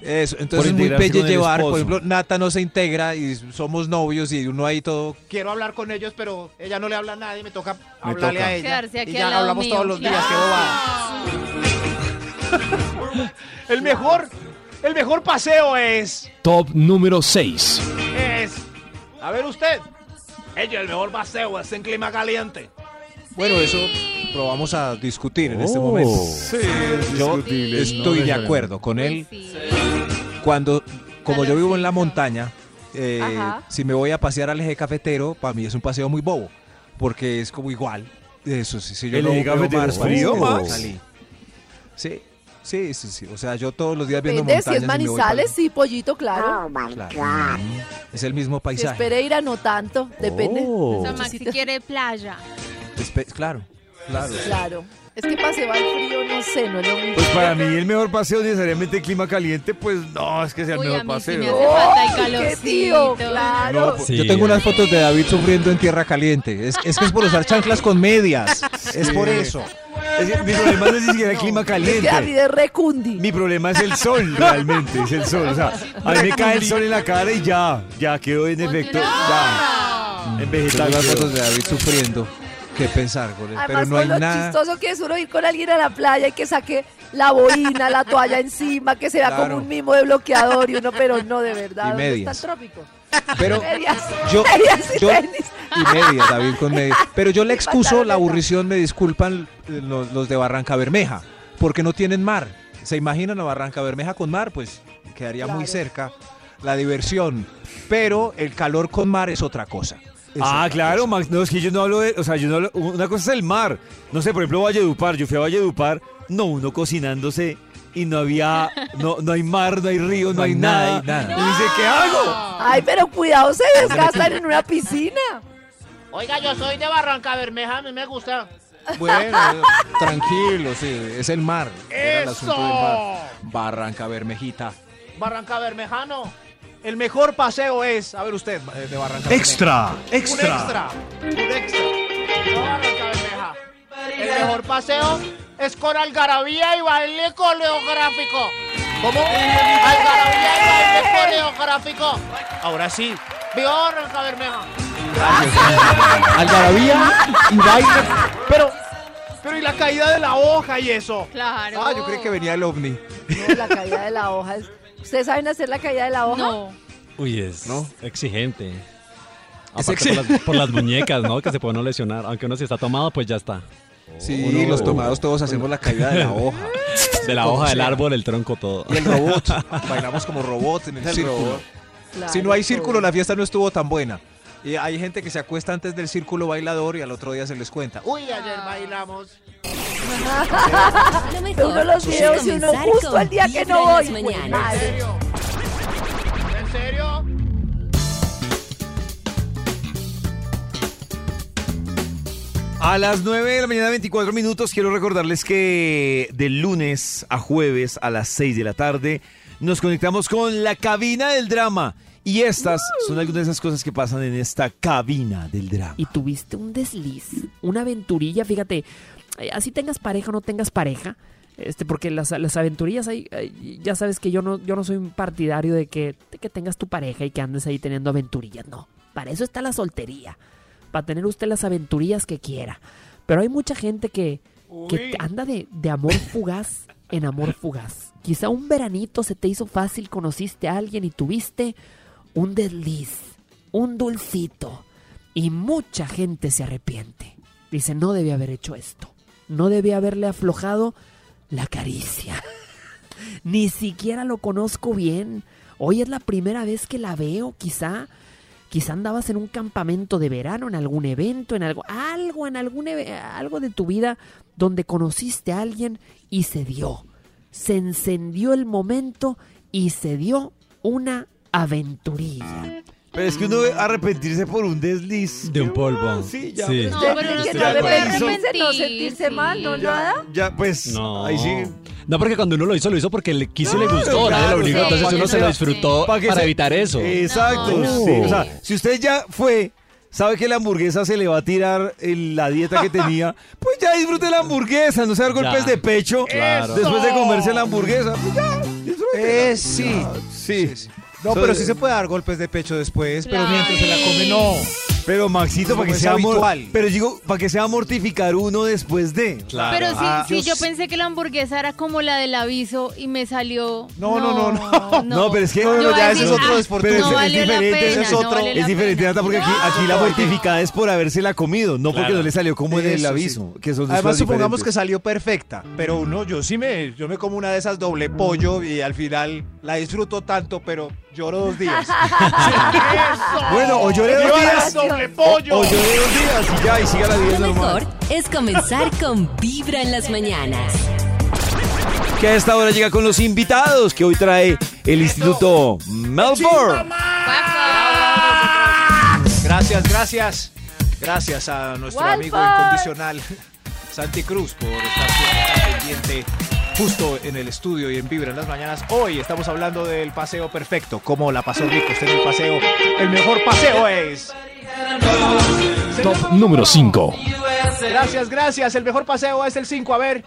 E: Eso, entonces es muy
L: integrarse
E: pelle
L: con el
E: llevar, por
L: esposo.
E: ejemplo, Nata no se integra y somos novios y uno ahí todo...
J: Quiero hablar con ellos, pero ella no le habla a nadie, me toca
E: Me
J: hablarle
E: toca.
J: a ella.
D: Quedarse aquí
J: y
D: al
J: ya
D: lado
J: hablamos
D: mío,
J: todos los días, qué
D: claro.
C: Ah.
J: bobada.
E: El mejor, el mejor paseo es,
I: Top número 6.
J: es. A ver usted. Ella el mejor paseo es en clima caliente.
E: bueno, eso lo vamos a discutir en este momento.
L: Oh.
E: Yo
L: discutible, ¿no?
E: estoy de acuerdo con
D: Pues
E: él. Cuando, como yo vivo en la montaña, eh,
L: Ajá.
E: si me voy a pasear al eje cafetero, para mí es un paseo muy bobo, porque es como igual. Eso, sí, sí, yo
L: ¿El
E: no
L: eje
E: veo
L: cafetero
E: mar,
L: es frío,
E: cuando
L: Max?
E: salí. Sí, sí, sí, sí. O sea, yo todos los días viendo
C: Depende, si
E: montañas.
C: es
E: y me voy
C: Manizales, sí, pollito, claro.
E: para- Claro. Es el mismo
C: Si es
E: paisaje.
C: Pereira, no tanto, depende.
E: Oh.
D: O sea, Maxi quiere playa.
E: Espe- claro, claro.
C: Claro. Es que paseo al frío, no sé, no es lo mismo.
L: Pues para mí el mejor paseo necesariamente el clima caliente, pues no, es que sea el
C: Uy,
L: mejor
C: a mí sí
L: paseo.
C: me hace falta el
D: ¡Ay, qué tío!
C: calorcito! Claro.
L: pues-
E: Yo tengo unas fotos de David sufriendo en tierra caliente. Es, es que es por usar chanclas con medias. Es por
L: Sí.
E: eso.
L: Es que mi problema no es ni siquiera el clima
C: Es que David
L: caliente.
C: es recundi.
L: Mi problema es el sol, realmente, es el sol. O sea, a mí me cae el sol en la cara y ya, ya quedó en efecto, ya. En
E: Yo tengo
L: vegetal.
E: unas
L: quedó.
E: fotos de David sufriendo. qué pensar con él, pero
C: Además,
E: no
C: con
E: hay
C: lo
E: nada.
C: chistoso que es uno ir con alguien a la playa y que saque la boina, la toalla encima, que se vea
E: Claro.
C: como un mimo de bloqueador y uno, pero no, de verdad.
E: Y
C: ¿dónde
E: medias.
C: está el trópico?
E: Pero
C: medias,
E: yo,
C: medias y
E: yo
C: tenis.
E: y media, David con media. Pero yo le excuso la aburrición, me disculpan eh, los, los de Barranca Bermeja, porque no tienen mar. ¿Se imaginan a Barranca Bermeja con mar? Pues quedaría muy cerca la diversión. Pero el calor con mar es otra cosa. Es
L: Ah,
E: otra
L: claro, Max. No, es que yo no hablo de. O sea, yo no hablo- Una cosa es el mar. No sé, por ejemplo, Valledupar. Yo fui a Valledupar. No, uno cocinándose y no había. No, no hay mar, no hay río, no, hay nada. Y dice, ¿qué hago?
C: Ay, pero cuidado, se desgastan en una piscina.
J: Oiga, yo soy de Barranca Bermeja, a mí me gusta.
E: Bueno, tranquilo, sí, es el mar. Era el asunto del mar. Barranca Bermejita.
J: Barranca Bermejano.
E: El mejor paseo es, a ver usted, eh, de Barranca Bermeja.
L: Extra, extra.
J: eh,
E: Un extra, un extra.
J: No, Barranca Bermeja. El mejor paseo es con algarabía y baile coreográfico. ¿Cómo? Algarabía y baile coreográfico.
E: Ahora sí.
J: Viva Barranca Bermeja.
E: Algarabía y baile. Pero,
J: Pero y la caída de la hoja y eso.
D: Claro.
E: ah, yo creí que venía el ovni.
C: No, la caída de la hoja. es- ¿Ustedes saben hacer la caída de la hoja? No.
H: Uy, es exigente.
E: Es
H: Aparte
E: exi-
H: por, las, por las muñecas, ¿no? Que se puede no lesionar. Aunque uno si está tomado, pues ya está.
E: Sí,
H: Uno-
E: los tomados todos hacemos la caída de la hoja.
H: De la
E: Como
H: hoja, del
E: sea.
H: árbol, el tronco, todo.
E: Y el robot. Bailamos como robot en el,
H: El
E: círculo.
H: robot.
E: si no hay círculo, la fiesta no estuvo tan buena. Y hay gente que se acuesta antes del círculo bailador y al otro día se les cuenta.
J: Uy, ayer bailamos.
C: Pero uno los
E: Sí,
C: videos y uno
E: comenzar
C: justo
E: con
C: el día que
E: vibra
C: no
E: en las
C: voy. pues,
E: mañanas.
C: madre.
J: ¿En serio?
B: A las 9 de la mañana, 24 minutos, quiero recordarles que de lunes a jueves a las 6 de la tarde nos conectamos con la cabina del drama. Y estas son algunas de esas cosas que pasan en esta cabina del drama.
W: Y tuviste un desliz, una aventurilla, fíjate, eh, así tengas pareja o no tengas pareja, este, porque las, las aventurillas ahí, eh, ya sabes que yo no, yo no soy un partidario de que, de que tengas tu pareja y que andes ahí teniendo aventurillas, no, para eso está la soltería, para tener usted las aventurillas que quiera, pero hay mucha gente que, que
X: Uy.
W: anda de, de amor fugaz en amor fugaz, quizá un veranito se te hizo fácil, conociste a alguien y tuviste un desliz, un dulcito. Y mucha gente se arrepiente. Dice, no debía haber hecho esto. No debía haberle aflojado la caricia. Ni siquiera lo conozco bien. Hoy es la primera vez que la veo, quizá. Quizá andabas en un campamento de verano, en algún evento, en algo, algo, en algún eve- algo de tu vida donde conociste a alguien y se dio. Se encendió el momento y se dio una aventurilla.
L: Pero es que uno arrepentirse por un desliz.
H: De un polvo.
L: Sí, ya.
H: Sí.
C: No, pero uno
L: Ya,
C: se puede
L: pues,
C: arrepentir, no sentirse mal, no nada.
L: Ya, pues.
H: No.
L: Ahí sí.
H: No, porque cuando uno lo hizo, lo hizo porque le quiso y le gustó.
L: Claro,
H: nadie lo obligó.
L: sí.
H: Entonces
L: Para
H: uno
L: que
H: se
L: sea-
H: lo disfrutó
L: para que
H: para
L: se-
H: evitar eso.
L: Exacto.
H: No.
L: sí. O sea, si usted ya fue, sabe que la hamburguesa se le va a tirar el- la dieta que tenía, pues ya disfrute la hamburguesa, no se dar golpes
H: Ya.
L: de pecho
H: Claro.
L: después de comerse la hamburguesa. Pues ya,
E: Eh, sí.
L: sí.
E: No,
L: Soy-
E: pero sí se puede dar golpes de pecho después, pero mientras se la come, no.
L: Pero Maxito,
E: Como
L: para que
E: es
L: sea mor-
E: habitual.
L: Pero digo, para que sea mortificar uno después de. Ah,
D: Pero sí,
B: Ah,
D: sí, yo pensé que la hamburguesa era como la del aviso y me salió.
L: No, no, no, no. No, pero es que
D: Yo iba a decir, ah,
L: Pero
D: no
L: es- es,
D: valió la
L: diferente,
D: pena,
L: ese es
D: no
L: otro.
D: valió la
L: es diferente, Nata, porque aquí, aquí la mortificada es por habérsela comido, no porque
E: Claro.
L: no le salió como en el
E: Eso
L: aviso.
E: sí.
L: Que son dos
E: Además,
L: cosas
E: supongamos que
L: diferentes.
E: salió perfecta, pero uno, yo sí me, yo me como una de esas doble pollo y al final la disfruto tanto, pero lloro dos días.
L: Bueno, o lloré dos
E: Yo era
L: días.
E: doble
L: O, o lloré dos días y ya, y siga la vida
G: Lo
L: normal.
G: mejor es comenzar con Vibra en las mañanas.
B: Que a esta hora llega con los invitados que hoy trae el Instituto Melbourne.
E: Gracias, gracias. Gracias a nuestro amigo
J: Walford.
E: incondicional Santi Cruz por estar siempre tan pendiente justo en el estudio y en Vibra en las mañanas. Hoy estamos hablando del paseo perfecto, cómo la pasó rico usted en el paseo. El mejor paseo es.
I: Top número 5.
E: Gracias, gracias. El mejor paseo es el 5. A ver.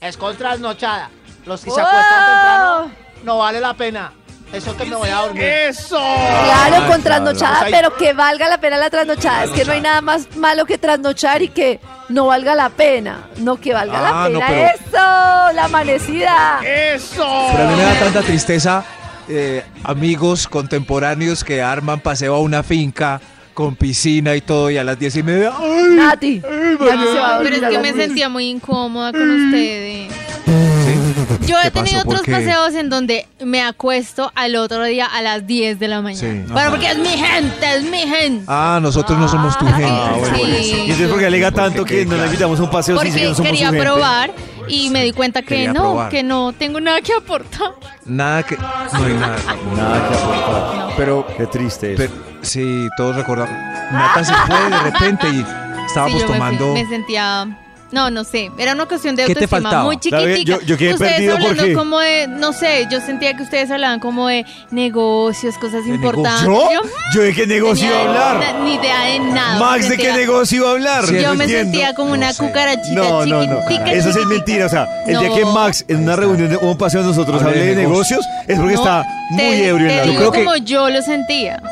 J: Es con trasnochada. Los que se
E: ¡Wow!
J: acuestan temprano no vale la pena. Eso que me voy a dormir.
E: ¡Eso!
C: Claro, con
J: Ay,
C: trasnochada,
J: claro.
C: pero que valga la pena la trasnochada. Es que no hay nada más malo que trasnochar y que no valga la pena. No, que valga la
E: Ah, no,
C: pena.
E: pero-
C: ¡Eso! ¡La amanecida!
J: ¡Eso!
E: Pero a mí me da tanta tristeza eh, amigos contemporáneos que arman paseo a una finca con piscina y todo y a las diez y media. ¡ay!
C: Nati.
E: María.
D: Ay,
E: se va a
D: pero
E: dormir
D: es
E: a Mm.
D: que
E: las
D: me
E: diez.
D: sentía muy incómoda con ustedes. Yo he
E: ¿Qué pasó?
D: tenido
E: ¿Por
D: otros
E: qué?
D: paseos en donde me acuesto al otro día a las 10 de la mañana.
E: Sí.
D: Bueno,
E: Ajá.
D: porque es mi gente, es mi gente.
E: Ah, nosotros no somos tu gente.
D: Ah, bueno, por eso. Sí.
B: Y entonces porque alega tanto que no la invitamos a un paseo si
D: Porque
B: dice que no somos
D: quería
B: su gente.
D: probar y me di cuenta que
E: Quería
D: no,
E: probar.
D: que no tengo nada que aportar.
E: Nada que. No hay nada.
B: Nada que aportar.
E: Pero.
B: Qué triste
E: Pero, sí, todos recordamos. Nata se fue de repente y
D: Sí,
E: estábamos
D: yo me fui,
E: tomando.
D: Me, sentía. No, no sé. Era una cuestión de
E: ¿Qué te
D: autoestima
E: faltaba?
D: muy
E: Está bien,
D: chiquitica.
E: yo- yo quedé
D: ustedes
E: perdido, ¿por
D: hablando
E: qué?
D: como de, no sé, yo sentía que ustedes hablaban como de negocios, cosas importantes.
B: ¿Yo?
D: Yo,
B: ¿Yo de qué negocio iba a
D: tenía
B: hablar?
D: na- Ni idea de nada.
B: Max,
D: me
B: ¿de qué
D: sentía-
B: negocio iba a hablar?
D: Yo
B: No
D: me
B: entiendo.
D: sentía como una cucarachita
B: No, no, no.
D: chiquitica.
B: Eso sí es mentira. O sea, el día
D: No.
B: que Max en una reunión o un paseo de nosotros
E: Hable
B: hable
E: de
B: de negocios es porque
D: No,
B: está
D: te-
B: muy ebrio en
D: te
B: la
D: digo
B: vida.
D: como yo lo sentía.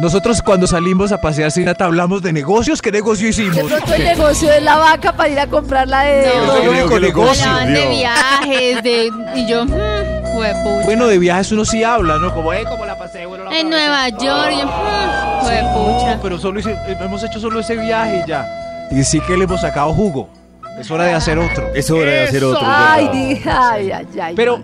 E: Nosotros cuando salimos a pasear sin Nata hablamos de negocios. ¿Qué negocio hicimos?
C: De pronto el negocio es la vaca para ir a comprar la de.
E: No,
C: Yo
E: creo que negocio.
D: Hablaban de
E: Dios.
D: viajes, de... Y yo, mm, juepucha.
E: Bueno, de viajes uno sí habla, ¿no? Como, eh, como la
D: En Nueva York, yo, mm, juepucha.
E: pero solo hice- eh, hemos hecho solo ese viaje y ya. Y sí que le hemos sacado jugo. Es hora de hacer otro.
B: Es hora de hacer otro,
C: Ay, dije, ay, ay, ay.
E: Pero,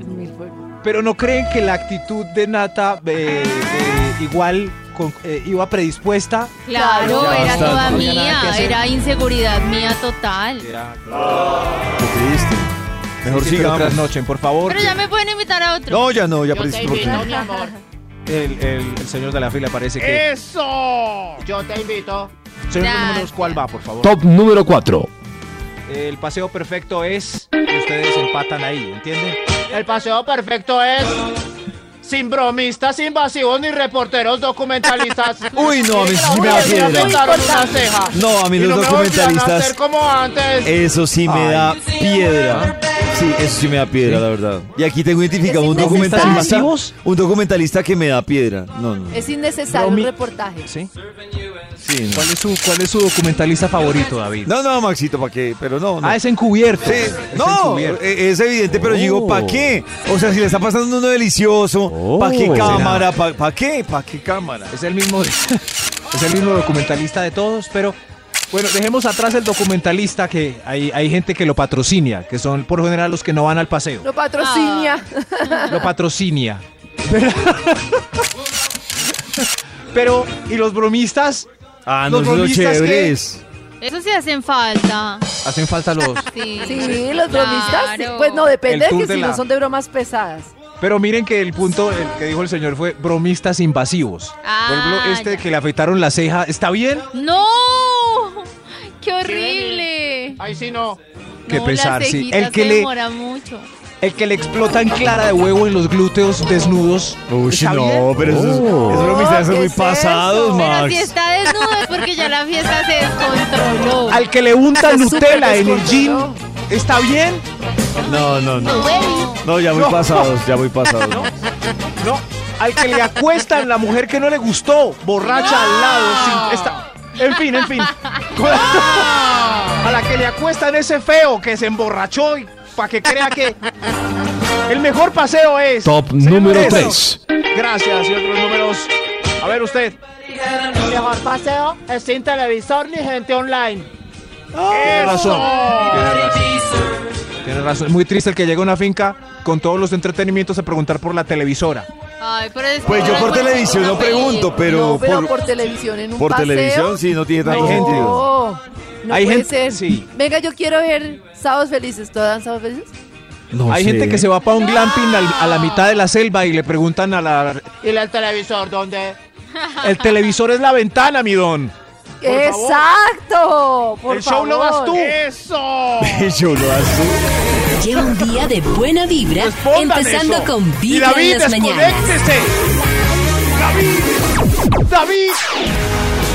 E: pero no creen que la actitud de Nata eh, eh, igual con- eh, iba predispuesta.
D: Claro,
E: Ya
D: era
E: basta,
D: toda
E: no había nada que
D: mía,
E: hacer.
D: era inseguridad mía total.
B: Qué triste.
E: Sí, sí,
B: Mejor
E: pero
B: sigamos.
E: trasnochen, por favor.
D: Pero ya me pueden invitar a otro.
B: No, ya no, ya
D: Yo
B: perdiste
D: te
B: tu oportunidad.
D: invito, mi amor.
E: El, el- el señor de la fila parece que.
J: ¡Eso! Yo te invito.
E: Señor de
J: Ya,
E: números, ¿cuál va, por favor?
Q: Top número 4.
E: El paseo perfecto es. que Ustedes empatan ahí, ¿entienden?
J: El paseo perfecto es sin bromistas, invasivos ni reporteros documentalistas.
B: Uy, no, a mí sí me da
J: Uy, mira,
B: piedra.
J: me cortaron una ceja.
B: No, a mí
J: Y
B: los
J: no me volvieron a
B: documentalistas-
J: hacer como antes.
E: Eh,
B: Eso sí me
J: Ay.
B: da piedra. Sí, eso sí me da piedra, la verdad. Y aquí tengo identificado un
C: innecesario.
B: documentalista. Un documentalista que me da piedra. No, no.
C: Es innecesario
E: Bromi-
C: un reportaje.
E: Sí.
B: Sí, no.
E: ¿Cuál es su, cuál es su documentalista favorito, David?
B: No, no, Maxito, ¿para qué? Pero no. no.
E: Ah, es encubierto.
B: Sí, no,
E: encubierto.
B: eh, es evidente, pero yo
E: Oh.
B: digo, ¿para qué? O sea, si le está pasando uno delicioso, ¿para qué
E: Oh, ¿Será?
B: cámara? ¿Para qué? ¿Para qué cámara?
E: Es el mismo, es el mismo documentalista de todos, pero bueno, dejemos atrás el documentalista que hay, hay gente que lo patrocina, que son por lo general los que no van al paseo.
C: Lo patrocinia.
E: Ah. Lo patrocina. Pero, ¿y los bromistas?
B: Ah,
E: Los
B: no, son los
E: bromistas que-
B: chéveres.
D: Eso sí hacen falta.
E: Hacen falta los...
D: Sí,
C: Sí, los bromistas. sí.
D: claro.
C: Pues no, depende
E: El
C: de
E: tour
C: que
E: de
C: si
E: la-
C: no son de bromas pesadas.
E: Pero miren que el punto el que dijo el señor fue bromistas invasivos. por ejemplo, este que le afeitaron la ceja, ¿está bien?
D: ¡No! ¡Qué horrible!
J: Ay, sí, no.
E: Qué
D: no,
E: pesar,
D: las
E: sí.
D: cejitas
E: El que
D: se
E: le-
D: demora mucho.
E: El que le explotan clara de huevo en los glúteos desnudos.
B: Uy,
E: ¿está
B: no,
E: bien?
B: pero esos,
E: Oh.
B: esos bromistas son
C: ¿qué
B: muy
C: es
B: pasados,
D: Pero
B: Max.
D: si está desnudo es porque ya la fiesta se descontroló.
E: Al que le unta
D: Está
E: Nutella
D: súper
E: en el jean,
D: descontrolado.
E: ¿está bien?
B: No, no, no.
D: Bueno.
B: No, ya muy pasados, ya muy pasados.
E: No. Al que le acuestan la mujer que no le gustó, borracha al lado, sin, está- en fin, en fin.
J: Ah.
E: A la que le acuestan ese feo que se emborrachó y para que crea que el mejor paseo es.
Q: Top número 3.
E: Gracias, señor de los números. A ver usted.
J: El mejor paseo es sin televisor ni gente online.
E: Tiene
J: ¡Eso!
E: razón. Tiene razón. Tiene razón. Es muy triste el que llega a una finca con todos los entretenimientos a preguntar por la televisora.
D: Ay, pero es que
B: Pues yo
D: no
B: por
D: recuerdo
B: televisión no
D: una
B: pregunto, pero
C: no, pero por,
B: por
C: televisión en un
B: por
C: paseo.
B: televisión sí, no tiene tanto
E: Hay gente-
B: sentido.
C: No, no
E: Hay
C: puede
E: gente-
C: ser.
E: sí.
C: Venga, yo quiero ver Sábados Felices. ¿Todas dan Sábados Felices?
B: No
E: Hay
B: sé.
E: gente que se va para un glamping al- a la mitad de la selva y le preguntan a la...
J: ¿Y el televisor dónde?
E: El televisor es la ventana, mi don.
B: Oh.
C: ¡Exacto! Por
E: El show lo
C: favor.
E: das tú.
J: ¡Eso!
B: Yo lo asumo.
G: Lleva un día de buena vibra,
E: Respondan
G: empezando
E: eso.
G: con
E: Y
G: Vibra
E: David,
G: en las mañanas.
E: desconéctese. David. David.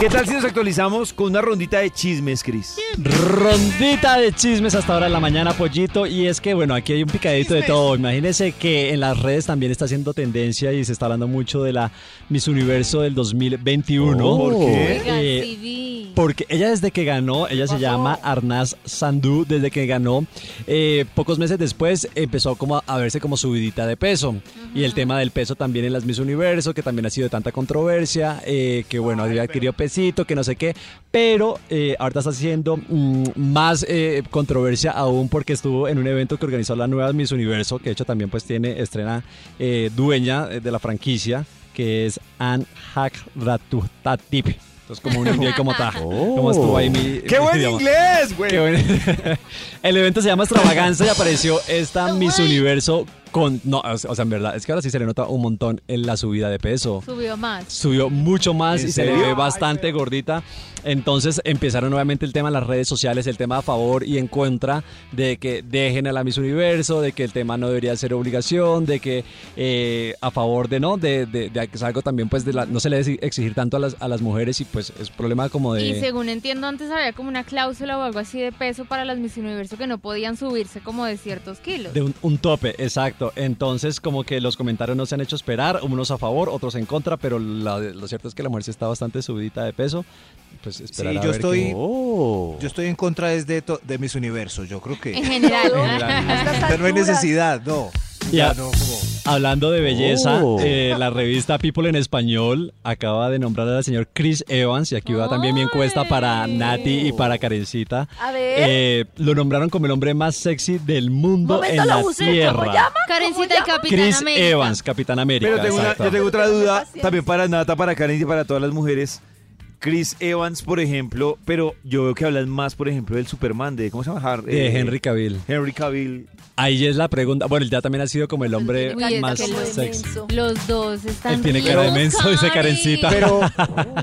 B: ¿Qué tal si nos actualizamos con una rondita de chismes, Cris?
H: Rondita de chismes hasta ahora de la mañana, pollito. Y es que, bueno, aquí hay un picadito de todo. Imagínense que en las redes también está haciendo tendencia y se está hablando mucho de la Miss Universo del 2021.
D: Oh, ¿por qué?
H: Eh,
D: Oigan, sí vi.
H: porque ella desde que ganó, ella se llama Arnaz Sandú, desde que ganó, eh, pocos meses después empezó como a, a verse como subidita de peso. Y el tema del peso también en las Miss Universo, que también ha sido de tanta controversia, eh, que bueno, había adquirido pesito, que no sé qué, pero eh, ahorita está haciendo mm, más eh, controversia aún porque estuvo en un evento que organizó la nueva Miss Universo, que de hecho también pues tiene estrena eh, dueña eh, de la franquicia, que es Anne Hakratatip. Entonces como un inglés como ta. Como estuvo ahí mi-
B: Oh. ¡Qué
H: mi
B: buen
H: idioma.
B: inglés, güey!
H: Qué buen- El evento se llama Extravaganza y apareció esta Miss Universo con... No, o sea, o sea, en verdad, es que ahora sí se le nota un montón en la subida de peso.
D: Subió más.
H: Subió mucho más
D: ¿En
H: y se le
D: serio?
H: ve bastante gordita. Entonces empezaron nuevamente el tema en las redes sociales, el tema a favor y en contra de que dejen a la Miss Universo, de que el tema no debería ser obligación, de que eh, a favor de no, de, de, de que es algo también pues de la, no se le debe exigir tanto a las, a las mujeres y pues es problema como de...
D: Y según entiendo, antes había como una cláusula o algo así de peso para las Miss Universo que no podían subirse como de ciertos kilos.
H: De un, un tope, exacto. Entonces, como que los comentarios no se han hecho esperar, unos a favor, otros en contra, pero la- lo cierto es que la mujer sí está bastante subidita de peso. Pues
E: Sí,
H: esperar a
E: yo
H: ver
E: estoy,
H: qué-
B: Oh.
E: yo estoy en contra es de, to- de mis universos, yo creo que...
D: En general.
E: En general. Pero no hay necesidad, no.
H: Y
E: Ya,
H: a-
E: no, como-
H: Hablando de belleza,
E: Oh.
H: eh, la revista People en Español acaba de nombrar al señor Chris Evans, y aquí va también mi encuesta para Nati y para Karencita.
C: A ver.
H: Eh, lo nombraron como el hombre más sexy del mundo
C: Momento,
H: en
C: lo
H: la
C: busé, ¿cómo
H: Tierra.
C: llama?
D: Karencita y Capitán
H: Chris
D: América.
H: Evans, Capitán América.
B: Pero tengo una-
H: exacto.
B: yo tengo otra duda también para Nata, para Karen y para todas las mujeres. Chris Evans, por ejemplo, pero yo veo que hablan más, por ejemplo, del Superman, de ¿cómo se llama? Har-
H: De
B: eh,
H: Henry Cavill.
B: Henry Cavill.
H: Ahí es la pregunta. Bueno, él ya también ha sido como el hombre
D: Uy, es
H: Eh, más
D: que los-
H: sexy.
D: Los dos están.
H: Él tiene cara de menso, dice Karencita.
E: Pero,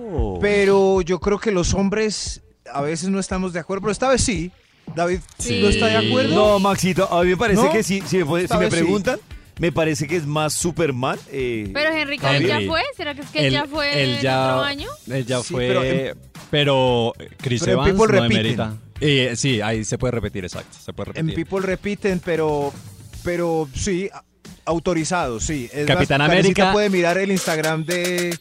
E: Oh. pero yo creo que los hombres a veces no estamos de acuerdo, pero esta vez sí. David,
B: Sí.
E: ¿no está de acuerdo?
B: No, Maxito, a mí me parece
E: ¿No?
B: que sí. Si me, pone- si
E: Esta
B: me
E: vez sí.
B: preguntan, me parece que es más Superman. eh,
D: Pero Henry Cavill ya
H: Henry.
D: fue. ¿Será que es que él ya fue
H: él
D: el
H: ya-
D: otro año?
H: Él ya
E: Sí, pero
H: fue.
E: en-
H: Pero, Chris
E: pero en
H: Evans
E: People
H: no
E: repiten.
H: emerita. Eh, sí, ahí se puede repetir, exacto. Se puede
E: En
H: repetir.
E: People repiten, pero, pero sí, a- autorizado, sí. Es
H: Capitán
E: más, Karencita
H: América.
E: puede mirar el Instagram de,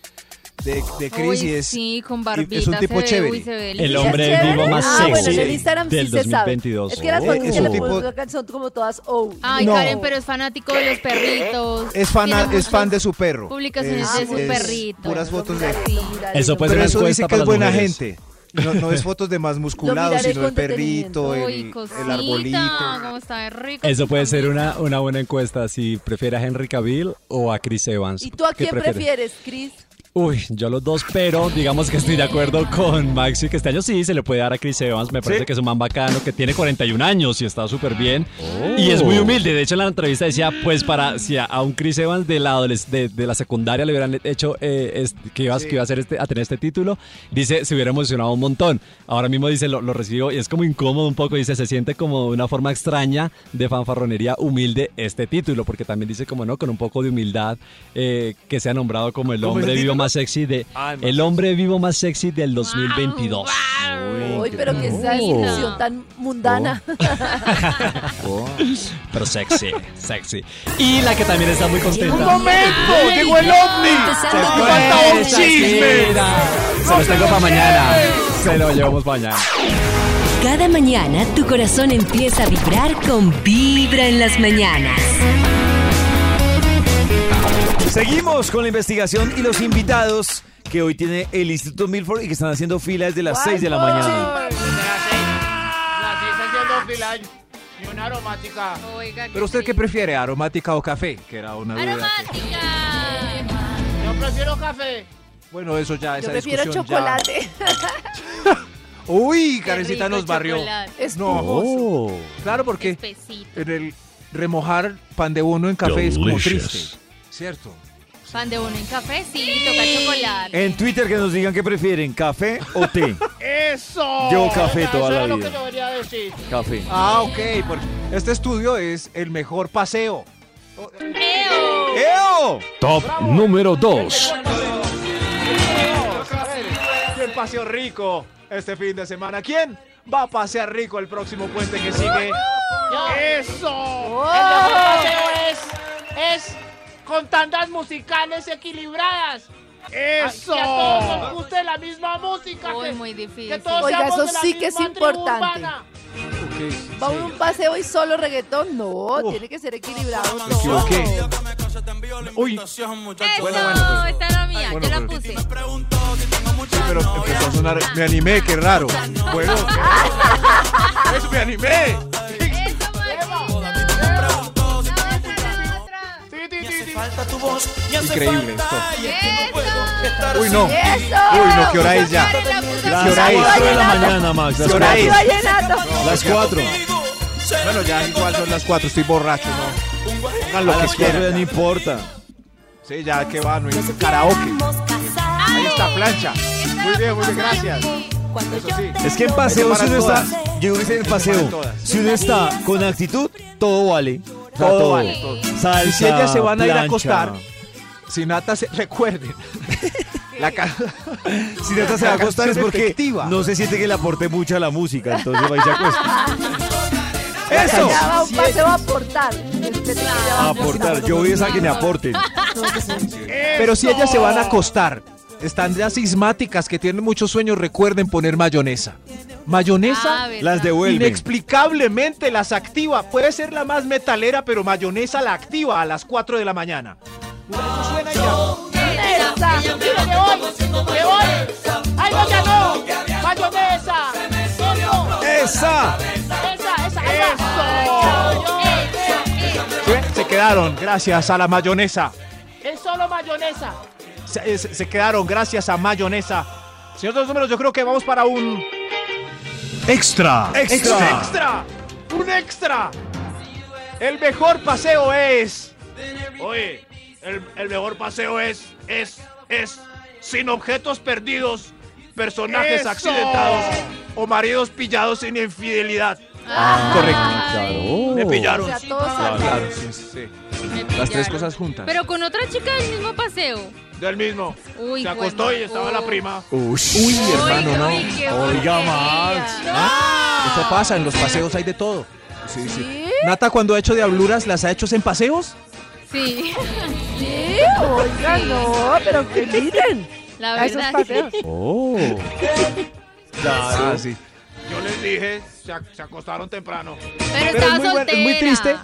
E: de, de Chris
D: Uy,
E: y es...
D: sí, con
E: y
D: barbita.
E: es un tipo
D: se ve,
E: chévere.
D: uy, se ve
H: El
D: lindo.
H: hombre
C: ¿Chévere?
H: vivo más
C: ah, bueno, en el
H: sexy
C: Instagram
H: del
C: sí se sabe.
H: 2022.
C: Es que las
H: Oh.
C: fotos que
E: Ese
C: le
E: tipo-
C: publican son como todas, oh.
D: Ay,
E: No.
D: Karen, pero es fanático de los perritos.
E: Es fan,
D: Tiene
E: es
D: muchas
E: fan de su perro.
D: Publicaciones
E: Es-
D: de su
E: es
D: perrito.
E: Puras fotos de...
H: Eso puede ser
E: Pero
H: una
E: eso
H: encuesta
E: dice que
H: para
E: es
H: las
E: buena
H: mujeres.
E: gente. No, no es fotos de más musculados,
D: miraré
E: sino el
D: con detenimiento.
E: perrito, el,
D: Uy,
E: el
D: cosita,
E: arbolito.
D: cómo está de rico.
H: Eso puede ser una, una buena encuesta si prefiere a Henry Cavill o a Chris Evans.
C: ¿Y tú a
H: ¿Qué
C: quién
H: prefiere?
C: prefieres, Chris?
H: Uy, yo los dos, pero digamos que estoy de acuerdo con Maxi que este año sí se le puede dar a Chris Evans. Me parece que es un man bacano que tiene 41 años y está súper bien.
B: Oh.
H: Y es muy humilde. De hecho, en la entrevista decía, pues para si a, a un Chris Evans de la, adoles- de, de la secundaria le hubieran hecho eh, es- que, iba, que iba a, hacer este, a tener este título, dice, se hubiera emocionado un montón. Ahora mismo dice, lo, lo recibo y es como incómodo un poco. Dice, se siente como de una forma extraña de fanfarronería humilde este título, porque también dice, como no, con un poco de humildad eh, que se ha nombrado como el
B: ¿Cómo es el
H: hombre vivo
B: título?
H: más sexy de
B: Ah, el más
H: el hombre vivo más sexy del 2022. Oh,
C: Uy, pero que esa discusión tan mundana.
H: Pero sexy, sexy. Y la que también está muy
J: ¡Un
H: contenta.
J: momento! ¡Llegó el ovni! ¡Se
H: Pues,
J: falta un chisme!
H: mira, Se los tengo para mañana. Se lo llevamos para mañana.
G: Cada mañana tu corazón empieza a vibrar con Vibra en las mañanas.
B: Seguimos con la investigación y los invitados que hoy tiene el Instituto Milford y que están haciendo fila desde las 6 de la mañana.
J: Así está haciendo fila y una aromática.
D: Oiga,
E: Pero usted qué prefiere, aromática o café? Que era una duda.
J: Yo prefiero café.
E: Bueno, eso ya, esa
J: Yo
C: Prefiero
E: discusión ya-
C: chocolate.
E: Uy,
J: Qué
E: Karencita
J: rico
E: nos barrió.
J: chocolate.
E: No. Claro, porque en el remojar pan de uno en café es como
B: Delicious.
E: triste. Cierto.
D: Fan de uno en café, sí, toca chocolate.
B: En Twitter que nos digan qué prefieren, café o té.
J: ¡Eso!
B: Yo café
J: Eso
B: toda la
J: era lo
B: vida.
J: que yo quería decir.
B: Café.
E: Ah, ok. porque este estudio es el mejor paseo.
J: ¡Eo!
E: ¡Eo!
Y: Top número 2.
E: paseó rico este fin de semana. ¿Quién va a pasear rico el próximo puente que sigue?
J: ¡Eso! El mejor paseo es, es con tandas musicales equilibradas.
E: ¡Eso!
J: Que a todos nos guste la misma música.
D: Uy,
J: que,
D: muy difícil.
J: que todos
C: Oiga,
J: seamos
C: eso
J: de la
C: sí que es
J: misma tribu
C: importante.
J: urbana.
C: Va uno a un paseo y solo reggaetón. No, tiene que ser equilibrado. todo.
E: Uy.
D: Eso,
E: Bueno, bueno,
D: esta era mía,
E: Bueno,
D: yo la
E: pero-
D: puse.
E: Pero empezó a sonar. Me animé, qué raro. Bueno, eso me animé.
J: falta tu voz.
E: Increíble esto. Uy,
J: no.
E: Uy, no, ¿qué hora es ya? ¿Qué hora es?
L: cuatro de la mañana, Max, las
E: ¿Qué hora
L: cuatro.
E: es?
L: Las cuatro.
E: Bueno, ya igual son las cuatro, estoy borracho, ¿no? Pongan lo
L: A
E: que
L: las cuatro
E: quieran.
L: ya no importa.
E: Sí, ya que va, no hay karaoke. Ahí está, plancha. Muy bien, muy bien, gracias. Eso sí.
L: Es que en paseo, si uno está. Yo hice en paseo. Si uno está con actitud, todo vale. O sea,
E: Todo vale, todo.
L: Salsa,
E: Y si ellas se van a ir a
L: plancha.
E: acostar, si Nata se recuerden. La ca-
L: Si Nata se va a
E: La
L: acostar es
E: canción
L: porque
E: efectiva.
L: no se siente que le aporte mucho a la música, entonces va y se acuesta. pues. ¡Eso!
C: Ya va un paseo a aportar. Este,
L: A aportar. Yo voy a esa que me aporten.
E: Pero si ellas se van a acostar, están ya sismáticas que tienen muchos sueños, recuerden poner mayonesa. Mayonesa
D: Ah, ¿verdad?
L: Las devuelven.
E: inexplicablemente las activa. Puede ser la más metalera, pero mayonesa la activa a las 4 de la mañana.
J: Mayonesa. Me voy, me voy. Ahí va ya no. Mayonesa. Eso.
L: ¡Esa!
J: Esa, esa, esa.
E: ¿Sí ven? Se quedaron gracias a la mayonesa.
J: Es solo mayonesa.
E: Se, eh, se- se quedaron gracias a mayonesa. Señor de los números, yo creo que vamos para un
I: Extra.
E: extra. extra. Un extra. El mejor paseo es...
J: Oye, el, el mejor paseo es, es, es sin objetos perdidos,
E: personajes accidentados o maridos pillados en infidelidad.
L: Correcto.
E: Me pillaron.
D: O sea, todos
E: Claro,
D: acá.
E: claro, sí, sí, sí. Las tres cosas juntas.
D: Pero con otra chica del mismo paseo.
E: Del mismo.
D: Uy,
E: Se acostó y estaba la prima.
L: Uy,
E: hermano, no.
D: uy, qué
E: Oiga,
D: porquería.
E: Max. Eso pasa, en los paseos hay de todo. Sí, sí. Nata, cuando ha hecho diabluras, ¿las ha hecho en paseos?
D: Sí.
C: Sí, oiga, no, pero que miren.
D: La
C: A esos
D: verdad.
C: paseos.
L: Oh.
E: Claro. sí.
J: Yo les dije, se, ac- se acostaron temprano.
D: Pero,
E: Pero
D: estaba
E: es muy, bueno-
D: soltera.
E: es muy triste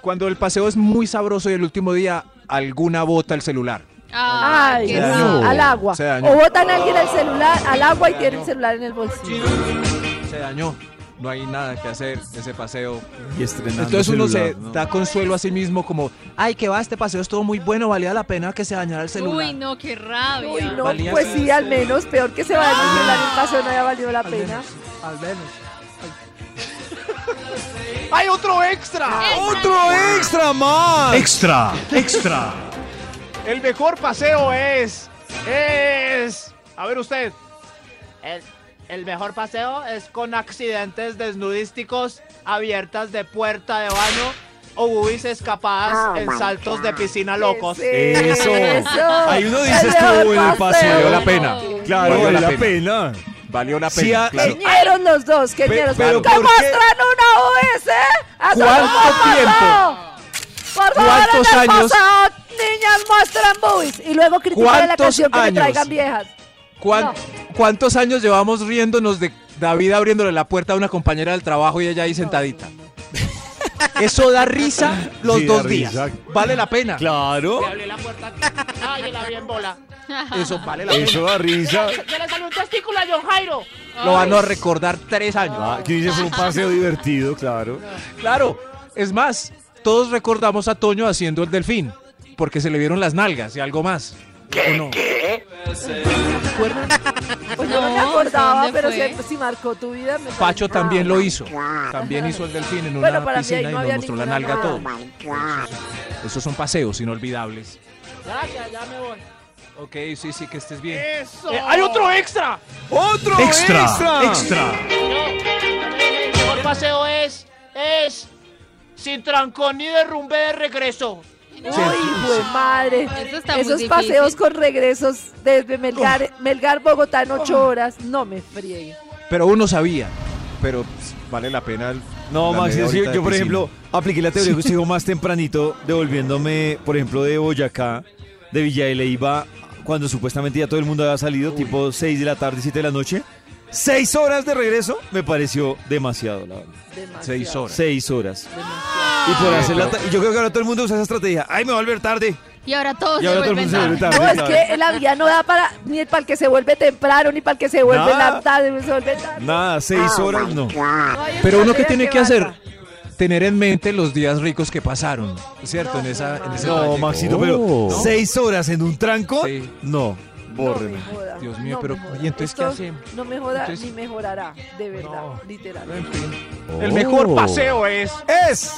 E: cuando el paseo es muy sabroso y el último día alguna bota el celular.
D: Ay,
C: Ay,
D: qué
E: Se dañó.
D: raro.
E: No.
C: al agua.
E: Se dañó.
C: O botan a alguien el celular, al agua y tiene el celular en el bolsillo.
E: Se dañó. No hay nada que hacer de ese paseo.
L: Y estrenando
E: Entonces uno se
L: celular, ¿no?
E: da consuelo a sí mismo como, ay, que va, este paseo estuvo muy bueno, valía la pena que se dañara el celular.
D: Uy, no, qué rabia.
C: Uy, no,
E: Valía
C: pues
E: la Ah.
C: sí, al menos, peor que se va a desvelar el paseo, no haya valido la pena.
E: Al menos.
J: ¡Hay otro extra!
L: ¡Otro extra más!
I: Extra. Extra.
E: El mejor
J: eh.
E: paseo es. Es. A ver usted.
J: El, el mejor paseo es con accidentes desnudísticos, abiertas de puerta de baño o bubis
C: Ah,
J: escapadas en saltos de piscina locos.
L: Eso.
J: Eso.
L: Ahí uno
J: El
L: dice
J: mejor
L: estuvo en el paseo.
E: Valió la pena.
L: Claro,
E: Valió
L: vale
E: la
L: la pena.
E: Valió la
L: Sí,
E: pena.
L: ah,
E: claro.
C: Queñeros los dos, queñeros.
L: pero
C: ¿Por qué
L: ¿por qué?
C: muestran una OS? ¿Hace
E: ¿Cuánto tiempo?
C: Por favor,
E: ¿Cuántos
C: en el
E: años?
C: paseo, niñas muestran boobies. Y luego critican la
E: ¿Cuántos
C: canción que le
E: años?
C: traigan viejas.
E: ¿Cuán-
C: No.
E: ¿Cuántos años llevamos riéndonos de David abriéndole la puerta a una compañera del trabajo y ella ahí sentadita? Eso da risa los
L: Sí, da
E: dos días.
L: risa.
E: Vale la pena.
L: Claro.
J: Le abrí la puerta. Ay, la vi en bola.
E: Eso vale la
L: Eso da risa.
J: Ya le salió un testículo a John Jairo.
E: pena. Lo van a recordar tres años.
L: Ah, ¿Qué dice? Fue un paseo divertido, claro.
E: Claro, es más, todos recordamos a Toño haciendo el delfín, porque se le vieron las nalgas y algo más. ¿Qué?
C: Eh? Pues yo no me
D: No,
C: acordaba,
D: ¿dónde
C: pero
D: fue?
C: si, si marcó tu vida. me parece.
E: Pacho también lo hizo. También hizo el delfín en una
C: Bueno, para mí ahí
E: piscina
C: no
E: y
C: había
E: nos mostró la
C: ninguna
E: nalga a todos.
C: nada.
E: Esos son paseos inolvidables.
J: Gracias, ya me voy.
E: Ok, sí, sí, que estés bien.
J: Eso.
E: Eh, ¡Hay otro extra!
L: ¡Otro
I: Extra.
L: extra!
I: Extra.
J: El mejor paseo es, es sin trancón ni derrumbe de regreso.
C: Uy, hijo de madre. Esos paseos con regresos desde Melgar, Melgar Bogotá en ocho horas. No me friegue.
E: Pero uno sabía. Pero pues, vale la pena. el-
B: No,
E: la
B: Max,
E: media
B: yo,
E: horita de
B: yo, por
E: piscina.
B: ejemplo apliqué la teoría que usted dijo más tempranito, devolviéndome, por ejemplo, de Boyacá, de Villa de Leiva, cuando supuestamente ya todo el mundo había salido, tipo 6 de la tarde, 7 de la noche. Seis horas de regreso me pareció demasiado, la verdad.
E: Seis horas.
B: Seis horas. Y por hacer la ta- y yo creo que ahora todo el mundo usa esa estrategia. Ay, me va a volver tarde.
D: Y ahora todos
B: Y ahora
D: se
B: todo el
D: vuelven
B: mundo se vuelve
D: locos.
B: tarde.
C: No, es
B: claro.
C: que la vida no da para ni para el que se vuelve temprano, ni para el que se vuelve
B: Nada.
C: la tarde, se vuelve tarde.
B: Nada, seis
C: Ah,
B: horas no.
E: Pero uno que tiene
C: que
E: que hacer, tener en mente los días ricos que pasaron, ¿cierto? en esa, en ese
B: No,
E: trayecto.
B: Maxito, pero
E: Oh.
B: seis horas en un tranco, no.
E: Bórreme.
C: joda,
E: Dios mío,
C: no
E: pero
C: me joda.
E: ¿y entonces qué
C: Esto
E: hacemos?
C: No mejora
E: Entonces-
C: ni mejorará, de verdad, literal.
I: El
B: Oh.
I: mejor paseo
E: es.
I: Es.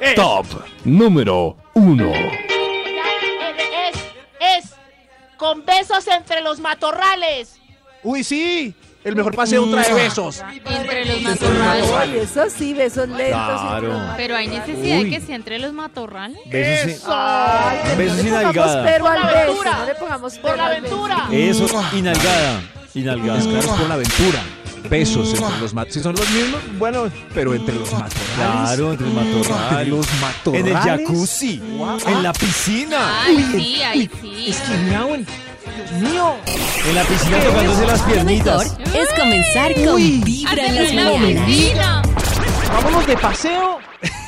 J: Es.
I: Top número uno.
J: Es, es con besos entre los matorrales. Mm.
E: Uy, sí. El mejor paseo trae besos.
D: Entre los
C: Ay,
D: matorrales.
C: eso sí, besos lentos.
E: Claro.
D: Pero hay necesidad de
E: Uy.
D: que sea entre los matorrales.
B: Besos sin-
C: Ay, pero
B: Besos
C: no le
B: y
C: pongamos
B: nalgada.
C: pero al
D: Por la
C: beso,
D: aventura.
C: no le pongamos pero al beso.
B: Eso, y nalgada. Y nalgada.
E: Es claro, es por la aventura. Besos entre los matos. Si son los mismos, bueno, pero entre los matorrales.
B: Claro, entre los matorrales.
E: Entre los
B: En
E: matorrales.
B: el jacuzzi. En la piscina.
D: Ay, sí, ay, sí.
B: En la piscina tocándose las piernitas.
A: Mejor es comenzar con
B: Uy.
A: Vibra en
D: Antes
A: las
D: de la
A: mañanas.
D: piscina.
E: Vámonos de paseo